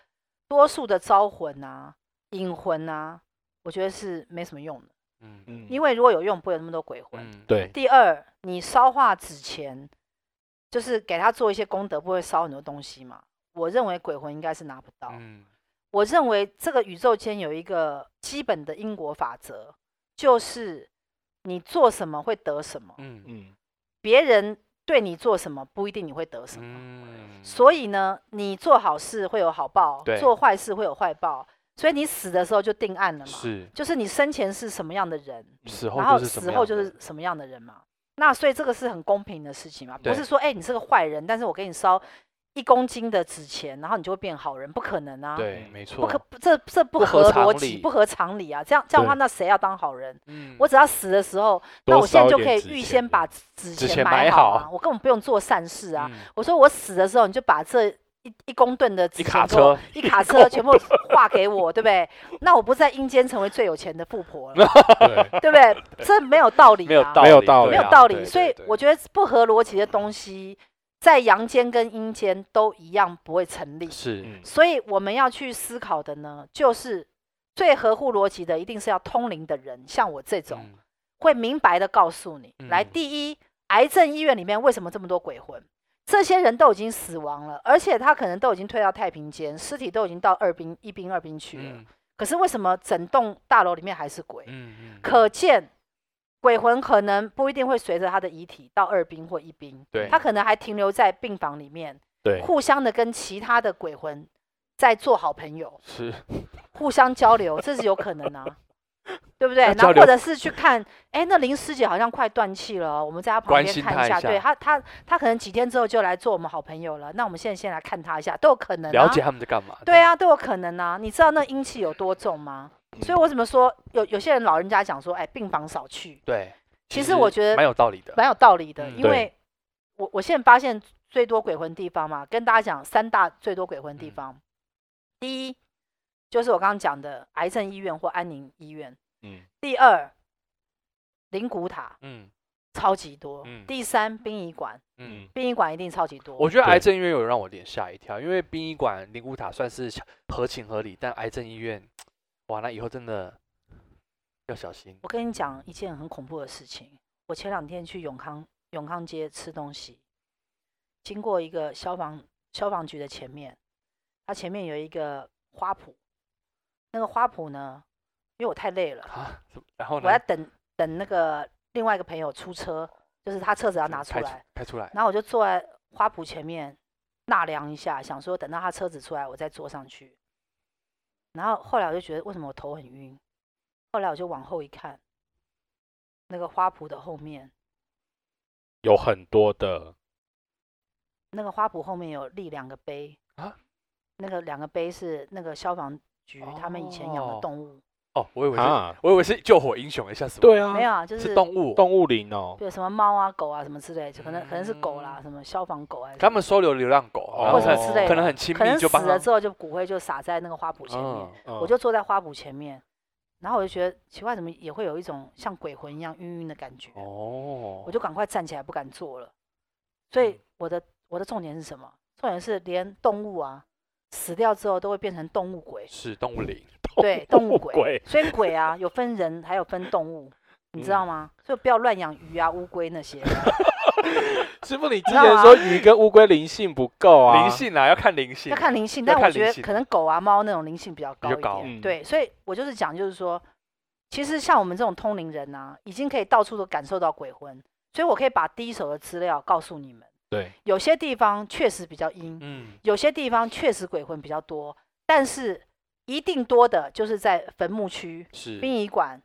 Speaker 1: 多数的招魂啊、引魂啊，我觉得是没什么用的，
Speaker 2: 嗯
Speaker 3: 嗯
Speaker 1: 因为如果有用，不会有那么多鬼魂。
Speaker 2: 嗯，
Speaker 3: 对
Speaker 1: 第二，你烧化纸钱，就是给他做一些功德，不会烧很多东西嘛？我认为鬼魂应该是拿不到。
Speaker 2: 嗯，
Speaker 1: 我认为这个宇宙间有一个基本的因果法则，就是你做什么会得什么，
Speaker 2: 嗯
Speaker 3: 嗯
Speaker 1: 别人对你做什么不一定你会得什么。
Speaker 2: 嗯，
Speaker 1: 所以呢，你做好事会有好报
Speaker 2: 对，
Speaker 1: 做坏事会有坏报，所以你死的时候就定案了嘛。
Speaker 2: 是
Speaker 1: 就是你生前是什么样的人，
Speaker 2: 死
Speaker 1: 然后
Speaker 2: 后就是什么
Speaker 1: 死后
Speaker 2: 样
Speaker 1: 就
Speaker 2: 的
Speaker 1: 是什么样的人嘛。那所以这个是很公平的事情嘛，不
Speaker 2: 对
Speaker 1: 是说哎、你是个坏人，但是我给你烧一公斤的纸钱，然后你就会变好人，不可能啊。
Speaker 2: 对，
Speaker 3: 嗯
Speaker 2: 没
Speaker 1: 不
Speaker 2: 错，
Speaker 1: 可不这这不
Speaker 2: 不合
Speaker 1: 合
Speaker 2: 常
Speaker 1: 逻辑，
Speaker 2: 理
Speaker 1: 不合常理啊！这样这样的话，那谁要当好人？
Speaker 2: 嗯
Speaker 1: 我只要死的时候，那
Speaker 3: 多
Speaker 1: 我现在
Speaker 3: 烧
Speaker 1: 就
Speaker 3: 一
Speaker 1: 可以
Speaker 3: 点纸
Speaker 1: 预
Speaker 3: 钱
Speaker 1: 先
Speaker 3: 的
Speaker 1: 把纸
Speaker 2: 纸
Speaker 1: 钱
Speaker 2: 钱
Speaker 1: 买
Speaker 2: 买
Speaker 1: 好啊
Speaker 2: 好，
Speaker 1: 我根本不用做善事啊！
Speaker 2: 嗯
Speaker 1: 我说我死的时候，你就把这一一公吨的纸
Speaker 2: 一卡
Speaker 1: 钱给我
Speaker 2: 车，
Speaker 1: 一卡车全部划给我，对不对？那我不是在阴间成为最有钱的富
Speaker 2: [LAUGHS]
Speaker 1: 婆了，
Speaker 3: 对，
Speaker 1: 对不对？这没有道理
Speaker 2: 没有
Speaker 1: 啊
Speaker 2: 道，
Speaker 3: 没有
Speaker 2: 理对
Speaker 3: 道
Speaker 1: 没
Speaker 3: 理
Speaker 1: 有
Speaker 2: 啊
Speaker 1: 道
Speaker 2: 对
Speaker 1: 理。所
Speaker 2: 对
Speaker 1: 以
Speaker 2: 对
Speaker 1: 我觉得不合逻辑的东西，在阳间跟阴间都一样不会成立。
Speaker 2: 是
Speaker 3: 嗯
Speaker 1: 所以我们要去思考的呢，就是最合乎逻辑的，一定是要通灵的人，像我这种、
Speaker 2: 嗯
Speaker 1: 会明白的告诉你。来，
Speaker 2: 嗯
Speaker 1: 第一，癌症医院里面为什么这么多鬼魂？这些人都已经死亡了，而且他可能都已经退到太平间，尸体都已经到二兵、一兵、二兵去了。
Speaker 2: 嗯
Speaker 1: 可是为什么整栋大楼里面还是鬼？
Speaker 2: 嗯嗯，
Speaker 1: 可见。鬼魂可能不一定会随着他的遗体到二兵或一兵，
Speaker 2: 对
Speaker 1: 他可能还停留在病房里面，
Speaker 3: 对
Speaker 1: 互相的跟其他的鬼魂再做好朋友，
Speaker 2: 是
Speaker 1: 互相交
Speaker 2: [LAUGHS]
Speaker 1: 流，这是有可能啊，对不对？
Speaker 2: 要
Speaker 1: 然后
Speaker 2: 交流
Speaker 1: 或者是去看，哎，那林师姐好像快断气了哦，我们在她旁
Speaker 2: 关
Speaker 1: 边
Speaker 2: 心
Speaker 1: 看
Speaker 2: 她一
Speaker 1: 下，对
Speaker 2: 下
Speaker 1: 她，她，她可能几天之后就来做我们好朋友了。那我们现在先来看她一下，都有可能、啊。
Speaker 2: 了解他们在干嘛。
Speaker 1: 对，啊，都有可能啊。你知道那阴气有多重吗？所以
Speaker 2: 嗯
Speaker 1: 我怎么说，有有些人老人家讲说，哎，病房少去，
Speaker 2: 对，
Speaker 1: 其实我觉得
Speaker 2: 蛮有道理的。
Speaker 1: 蛮有道理的。
Speaker 2: 嗯
Speaker 1: 因
Speaker 2: 对
Speaker 1: 为我我现在发现最多鬼魂地方嘛，跟大家讲三大最多鬼魂地
Speaker 2: 嗯
Speaker 1: 方，第一就是我刚刚讲的癌症医院或安宁医院，
Speaker 3: 嗯，
Speaker 1: 第二灵骨塔
Speaker 2: 嗯
Speaker 1: 超级多，
Speaker 2: 嗯
Speaker 1: 第三殡仪馆，
Speaker 2: 嗯，
Speaker 1: 殡仪馆一定超级多。
Speaker 2: 我觉得癌
Speaker 3: 对
Speaker 2: 症医院有让我有点吓一跳，因为殡仪馆、灵骨塔算是小合情合理，但癌症医院，哇，那以后真的要小心。
Speaker 1: 我跟你讲一件很恐怖的事情。我前两天去永康永康街吃东西，经过一个消防消防局的前面，它前面有一个花圃，那个花圃呢，因为我太累了，
Speaker 2: 啊，怎么然后
Speaker 1: 我
Speaker 2: 呢？
Speaker 1: 在等等那个另外一个朋友出车，就是他车子要
Speaker 2: 就
Speaker 1: 拿出
Speaker 2: 开
Speaker 1: 来，
Speaker 2: 开出来，
Speaker 1: 然后我就坐在花圃前面纳凉一下，想说等到他车子出来，我再坐上去。然后后来我就觉得为什么我头很晕，后来我就往后一看，那个花圃的后面，
Speaker 3: 有很多的，
Speaker 1: 那个花圃后面有立两个碑
Speaker 2: 啊，
Speaker 1: 那个两个碑是那个消防局他们以前养
Speaker 2: 哦
Speaker 1: 的动物，
Speaker 2: 哦，我以为是，
Speaker 3: 啊，
Speaker 2: 我以为是救火英雄一下死我，
Speaker 3: 对啊
Speaker 1: 没，有啊，就是
Speaker 2: 动物，
Speaker 3: 动物林哦，
Speaker 1: 对什么猫啊、狗啊什么之类，就可能可能是狗啦，
Speaker 2: 嗯
Speaker 1: 什么消防狗啊，
Speaker 2: 他们收留流浪狗，
Speaker 3: 哦
Speaker 2: 然
Speaker 1: 或
Speaker 2: 后
Speaker 1: 者
Speaker 2: 可
Speaker 1: 之
Speaker 2: 能
Speaker 1: 类
Speaker 2: 可
Speaker 1: 的
Speaker 2: 能很亲
Speaker 1: 可能
Speaker 2: 密，
Speaker 1: 死
Speaker 2: 就帮
Speaker 1: 了
Speaker 2: 他
Speaker 1: 之后就骨灰就撒在那个花圃前面。
Speaker 2: 嗯
Speaker 1: 我就坐在花圃前面，然后我就觉得奇怪，怎么也会有一种像鬼魂一样晕晕的感觉，
Speaker 2: 哦，
Speaker 1: 我就赶快站起来，不敢坐了。所以
Speaker 2: 嗯
Speaker 1: 我的我的重点是什么？重点是连动物啊死掉之后都会变成动物鬼，
Speaker 2: 是 [LAUGHS] 动物灵，
Speaker 1: 对，动物鬼。
Speaker 3: 鬼，
Speaker 1: 所以鬼啊有分人，还有分动物，你知道吗？所以不要乱养鱼啊、乌龟那些的。
Speaker 3: 师傅，你之
Speaker 1: 知道
Speaker 3: 前
Speaker 1: 啊
Speaker 3: 说鱼跟乌龟灵性不够啊，
Speaker 2: 灵性啊，要看灵性
Speaker 1: 要
Speaker 2: 啊，
Speaker 1: 看灵性，
Speaker 2: 要
Speaker 1: 但我
Speaker 2: 看
Speaker 1: 觉
Speaker 2: 灵
Speaker 1: 得
Speaker 2: 性
Speaker 1: 可能狗啊、猫那种灵性比较高
Speaker 2: 较
Speaker 1: 一
Speaker 2: 高
Speaker 1: 点。
Speaker 3: 嗯
Speaker 1: 对，所以我就是讲，就是说，其实像我们这种通灵人啊，已经可以到处都感受到鬼魂，所以我可以把第一手的资料告诉你们。
Speaker 3: 对，
Speaker 1: 有些地方确实比较阴，
Speaker 2: 嗯，
Speaker 1: 有些地方确实鬼魂比较多，但是一定多的就是在坟墓区、
Speaker 2: 是
Speaker 1: 殡仪馆、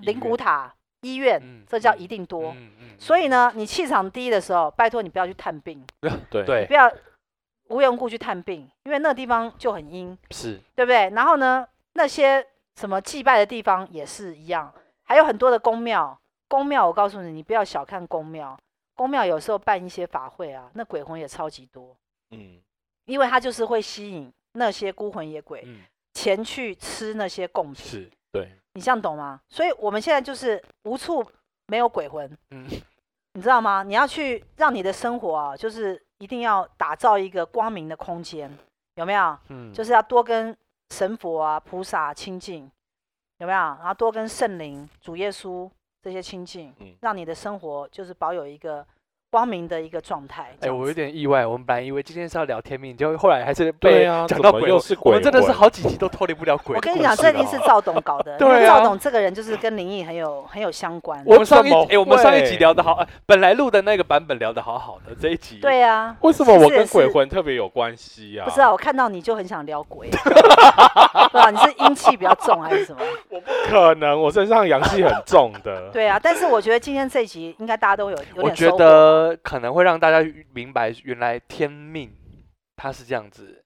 Speaker 2: 医
Speaker 1: 灵骨
Speaker 2: 院，
Speaker 1: 塔、医院，
Speaker 2: 嗯
Speaker 1: 这叫
Speaker 2: 嗯
Speaker 1: 一定多。
Speaker 2: 嗯嗯
Speaker 1: 所以呢，你气场低的时候，拜托你不要去探病，
Speaker 3: 对
Speaker 2: 对
Speaker 1: 不要无缘无故去探病，因为那个地方就很阴。
Speaker 2: 是
Speaker 1: 对不对？然后呢，那些什么祭拜的地方也是一样，还有很多的宫庙。宫庙，我告诉你，你不要小看宫庙。宫庙有时候办一些法会啊，那鬼魂也超级多，
Speaker 3: 嗯，
Speaker 1: 因为它就是会吸引那些孤魂野鬼
Speaker 2: 嗯
Speaker 1: 前去吃那些贡品，
Speaker 2: 是
Speaker 3: 对，
Speaker 1: 你这样懂吗？所以我们现在就是无处没有鬼魂，
Speaker 2: 嗯
Speaker 1: 你知道吗？你要去让你的生活啊，就是一定要打造一个光明的空间，有没有？
Speaker 2: 嗯
Speaker 1: 就是要多跟神佛啊、菩萨亲近，有没有？然后多跟圣灵、主耶稣这些亲近，
Speaker 3: 嗯
Speaker 1: 让你的生活就是保有一个光明的一个状态。这
Speaker 2: 哎、
Speaker 1: 样
Speaker 2: 我有
Speaker 1: 子
Speaker 2: 点意外，我们本来以为今天是要聊天命，结果后来还是被
Speaker 3: 对啊
Speaker 2: 讲
Speaker 3: 怎
Speaker 2: 到
Speaker 3: 么
Speaker 2: 鬼
Speaker 3: 又
Speaker 2: 魂
Speaker 3: 是
Speaker 2: 我们
Speaker 3: 鬼
Speaker 2: 真的是
Speaker 3: 魂
Speaker 2: 好几集都脱离不了鬼
Speaker 1: 我
Speaker 2: 的故
Speaker 1: 跟
Speaker 2: 事了。
Speaker 1: 你讲，这一定是赵董搞的，因为
Speaker 2: 对
Speaker 1: 赵
Speaker 2: 啊
Speaker 1: 董这个人就是跟灵异很有很有相关。
Speaker 2: [LAUGHS] 我们上一
Speaker 3: 我怎么
Speaker 2: 哎、我们上一集
Speaker 3: 会
Speaker 2: 聊的好，呃本来录的那个版本聊的好好的，这一集
Speaker 1: 对啊，
Speaker 3: 为什么我
Speaker 1: 是
Speaker 3: 跟鬼
Speaker 1: 是
Speaker 3: 魂特别有关系啊？
Speaker 1: 不知道，我看到你就很想聊
Speaker 2: [LAUGHS]
Speaker 1: 鬼，不知道你是阴气比较重还是什么？
Speaker 3: 可能我身上阳气很重的。
Speaker 1: [LAUGHS] 对啊，但是我觉得今天这一集应该大家都有有
Speaker 2: 我
Speaker 1: 点
Speaker 2: 觉
Speaker 1: 收获
Speaker 2: 得可能会让大家明白，原来天命它是这样子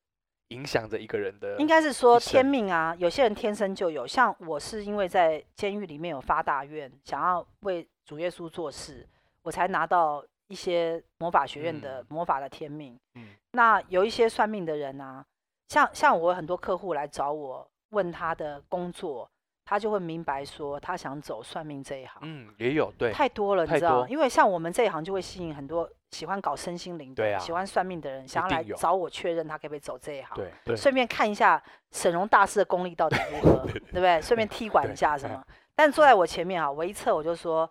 Speaker 2: 影响着一个人的。
Speaker 1: 应该是说
Speaker 2: 一
Speaker 1: 天
Speaker 2: 生
Speaker 1: 命啊，有些人天生就有，像我是因为在监狱里面有发大愿，想要为主耶稣做事，我才拿到一些魔法学院的、
Speaker 2: 嗯
Speaker 1: 魔法的天命。
Speaker 3: 嗯
Speaker 1: 那有一些算命的人啊，像像我有很多客户来找我问他的工作，他就会明白说他想走算命这一行。
Speaker 2: 嗯也有对
Speaker 1: 太多了，你
Speaker 2: 太
Speaker 1: 知道？
Speaker 2: 多
Speaker 1: 因为像我们这一行就会吸引很多喜欢搞身心灵的
Speaker 2: 对
Speaker 1: 人、
Speaker 2: 啊
Speaker 1: 喜欢算命的人，想要
Speaker 2: 定
Speaker 1: 来
Speaker 2: 有
Speaker 1: 找我确认他可不可以走这一行。
Speaker 2: 对
Speaker 3: 对
Speaker 1: 顺便看一下沈荣大师的功力到底如
Speaker 2: [LAUGHS]
Speaker 1: 何，对不对？顺便踢馆一
Speaker 2: 对
Speaker 1: 下什
Speaker 2: 哎 [LAUGHS]
Speaker 1: 么？但坐在我前面啊，我一测我就说，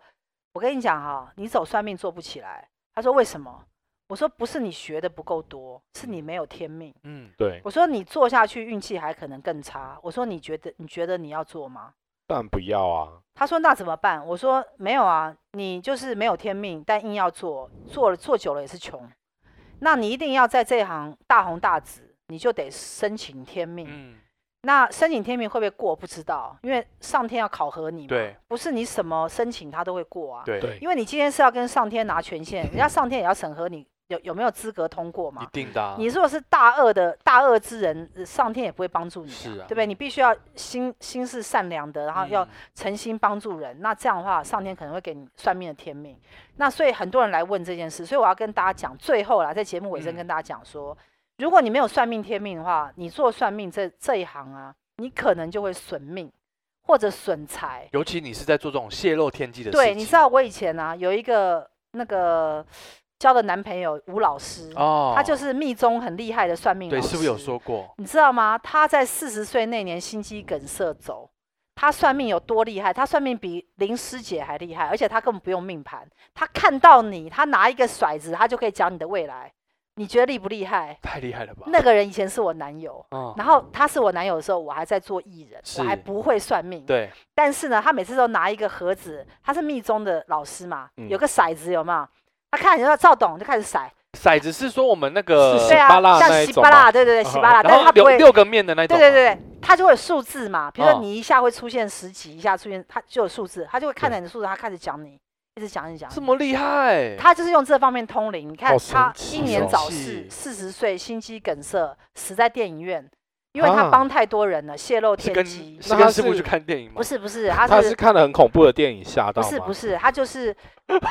Speaker 1: 我跟你讲哈、你走算命做不起来。他说为什么？我说不是你学的不够多，是你没有天命。
Speaker 2: 嗯
Speaker 3: 对，
Speaker 1: 我说你做下去运气还可能更差。我说你觉得你觉得你要做吗？
Speaker 3: 当然不要啊。
Speaker 1: 他说那怎么办？我说没有啊，你就是没有天命，但硬要做，做了做久了也是穷。那你一定要在这行大红大紫，你就得申请天命。
Speaker 2: 嗯，
Speaker 1: 那申请天命会不会过不知道，因为上天要考核你嘛，
Speaker 2: 对
Speaker 1: 不是你什么申请他都会过啊。
Speaker 2: 对，
Speaker 3: 对，
Speaker 1: 因为你今天是要跟上天拿权限，人家上天也要审核你有有没有资格通过
Speaker 2: 一
Speaker 1: 嘛。
Speaker 2: 定的、啊。
Speaker 1: 你如果是大恶的大恶之人，呃上天也不会帮助你、
Speaker 2: 是啊
Speaker 1: 对不对？你必须要心心是善良的，然后要
Speaker 2: 嗯
Speaker 1: 诚心帮助人，那这样的话，上天可能会给你算命的天命。那所以很多人来问这件事，所以我要跟大家讲，最后啦，在节目尾声
Speaker 2: 嗯
Speaker 1: 跟大家讲说，如果你没有算命天命的话，你做算命这这一行啊，你可能就会损命或者损财。
Speaker 2: 尤其你是在做这种泄露天机的事情，
Speaker 1: 对，你知道我以前啊有一个那个交的男朋友吴老师，
Speaker 2: 哦，
Speaker 1: 他就是密宗很厉害的算命老
Speaker 2: 对，
Speaker 1: 师，
Speaker 2: 是不是有说过？
Speaker 1: 你知道吗？他在四十岁那年心肌梗塞走。他算命有多厉害？他算命比林师姐还厉害，而且他根本不用命盘，他看到你，他拿一个骰子，他就可以讲你的未来。你觉得厉不厉害？
Speaker 2: 太厉害了吧？
Speaker 1: 那个人以前是我男友，
Speaker 2: 嗯，
Speaker 1: 然后他是我男友的时候，我还在做艺人，我还
Speaker 2: 是
Speaker 1: 不会算命。
Speaker 2: 对，
Speaker 1: 但是呢，他每次都拿一个盒子，他是密宗的老师嘛，
Speaker 3: 嗯
Speaker 1: 有个骰子有没有？他看人家赵董就开始骰，
Speaker 2: 骰子是说我们那个
Speaker 3: 是
Speaker 1: 对啊
Speaker 3: 巴拉，那
Speaker 1: 像
Speaker 3: 一
Speaker 1: 喜
Speaker 3: 种
Speaker 1: 巴
Speaker 3: 吗哦
Speaker 1: 拉，对对对，喜巴拉，
Speaker 2: 然
Speaker 1: 但是
Speaker 2: 后
Speaker 1: 他不
Speaker 2: 六
Speaker 1: 会，
Speaker 2: 六个面的那种啊
Speaker 1: 对
Speaker 2: 吗，
Speaker 1: 对对，他就会有数字嘛，比如
Speaker 2: 哦
Speaker 1: 说你一下会出现十几，一下出现他就有数字，他就会看着你的数字，他开始讲你，一直讲一直讲你。
Speaker 2: 这么厉害，
Speaker 1: 他就是用这方面通灵，你看
Speaker 3: 好神
Speaker 1: 他
Speaker 3: 奇
Speaker 1: 英年
Speaker 2: 哦
Speaker 1: 早
Speaker 2: 是
Speaker 1: 逝，四十岁心肌梗塞死在电影院，因为他
Speaker 3: 啊
Speaker 1: 帮太多人了，泄露
Speaker 2: 是
Speaker 1: 天
Speaker 2: 跟
Speaker 1: 机。
Speaker 2: 是
Speaker 3: 那
Speaker 2: 跟
Speaker 3: 他
Speaker 2: 师傅
Speaker 3: 是
Speaker 2: 去看电影吗？
Speaker 1: 不是不是，他
Speaker 3: 他
Speaker 1: 是
Speaker 3: 是看了很恐怖的电影吓
Speaker 1: 不
Speaker 3: 到吗？
Speaker 1: 是不是，他就是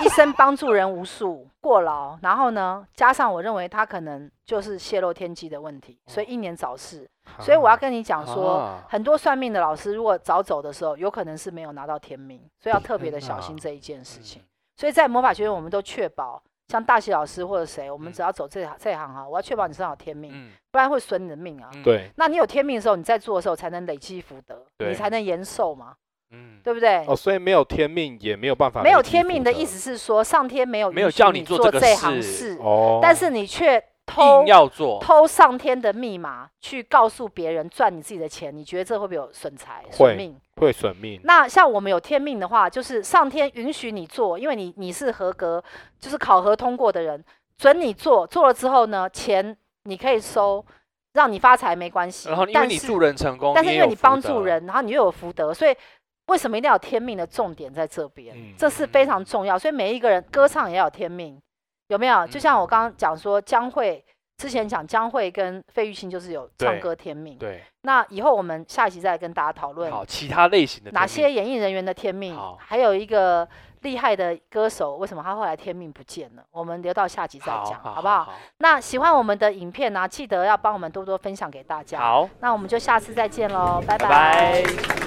Speaker 1: 一生帮助人无数，过劳，然后呢，加上我认为他可能就是泄露天机的问题，所以英年早逝。所
Speaker 3: 啊
Speaker 1: 以我要跟你讲说，
Speaker 2: 啊
Speaker 1: 很多算命的老师如果早走的时候，有可能是没有拿到天命，所以要特别的
Speaker 3: 天哪
Speaker 1: 小心这一件事情
Speaker 2: 嗯。
Speaker 1: 所以在魔法学院，我们都确保。像大喜老师或者谁，我们
Speaker 2: 嗯
Speaker 1: 只要走这行这行啊，我要确保你身上有天命，
Speaker 2: 嗯，
Speaker 1: 不然会损你的命啊。
Speaker 2: 嗯，
Speaker 3: 对，
Speaker 1: 那你有天命的时候，你在做的时候才能累积福德，
Speaker 2: 对
Speaker 1: 你才能延寿嘛，
Speaker 2: 嗯，
Speaker 1: 对不对？
Speaker 3: 哦，所以没有天命也没有办法，
Speaker 1: 没有天命的意，思是说，上天没有
Speaker 2: 没有
Speaker 1: 允许
Speaker 2: 叫你
Speaker 1: 你
Speaker 2: 做
Speaker 1: 做
Speaker 2: 这个
Speaker 1: 这行
Speaker 2: 事
Speaker 1: 事，
Speaker 3: 哦，
Speaker 1: 但是你却偷
Speaker 2: 硬要做，
Speaker 1: 偷上天的密码去告诉别人赚你自己的钱，你觉得这会不会有损财
Speaker 3: 会
Speaker 1: 损命？
Speaker 3: 会损命，
Speaker 1: 那像我们有天命的话，就是上天允许你做，因为你你是合格，就是考核通过的人，准你做，做了之后呢，钱你可以收，让你发财没关系。
Speaker 2: 然后因为
Speaker 1: 但
Speaker 2: 你
Speaker 1: 是
Speaker 2: 助人成功，
Speaker 1: 但是
Speaker 2: 也
Speaker 1: 因为
Speaker 2: 有
Speaker 1: 你
Speaker 2: 福啊
Speaker 1: 帮助
Speaker 2: 德，
Speaker 1: 人，然后你又有福德，所以为什么一定要有天命的重点在这边？
Speaker 3: 嗯
Speaker 1: 这是非常重要。所以每一个人歌唱也要有天命，有没有？
Speaker 2: 嗯
Speaker 1: 就像我刚刚讲说，江蕙之前讲江蕙跟费玉清就是有唱
Speaker 2: 对
Speaker 1: 歌天命。
Speaker 2: 对，
Speaker 1: 那以后我们下一期再跟大家讨论
Speaker 2: 好，其他类型的
Speaker 1: 哪
Speaker 2: 天
Speaker 1: 些
Speaker 2: 命
Speaker 1: 演艺人员的天命
Speaker 2: 好，
Speaker 1: 还有一个厉害的歌手，为什么他后来天命不见了？我们留到下集再
Speaker 2: 好
Speaker 1: 讲，
Speaker 2: 好
Speaker 1: 不好？
Speaker 2: 好，
Speaker 1: 那喜欢我们的影啊片呢、记得要帮我们多多分享给大家。
Speaker 2: 好，
Speaker 1: 那我们就下次再见喽，拜
Speaker 2: 拜拜。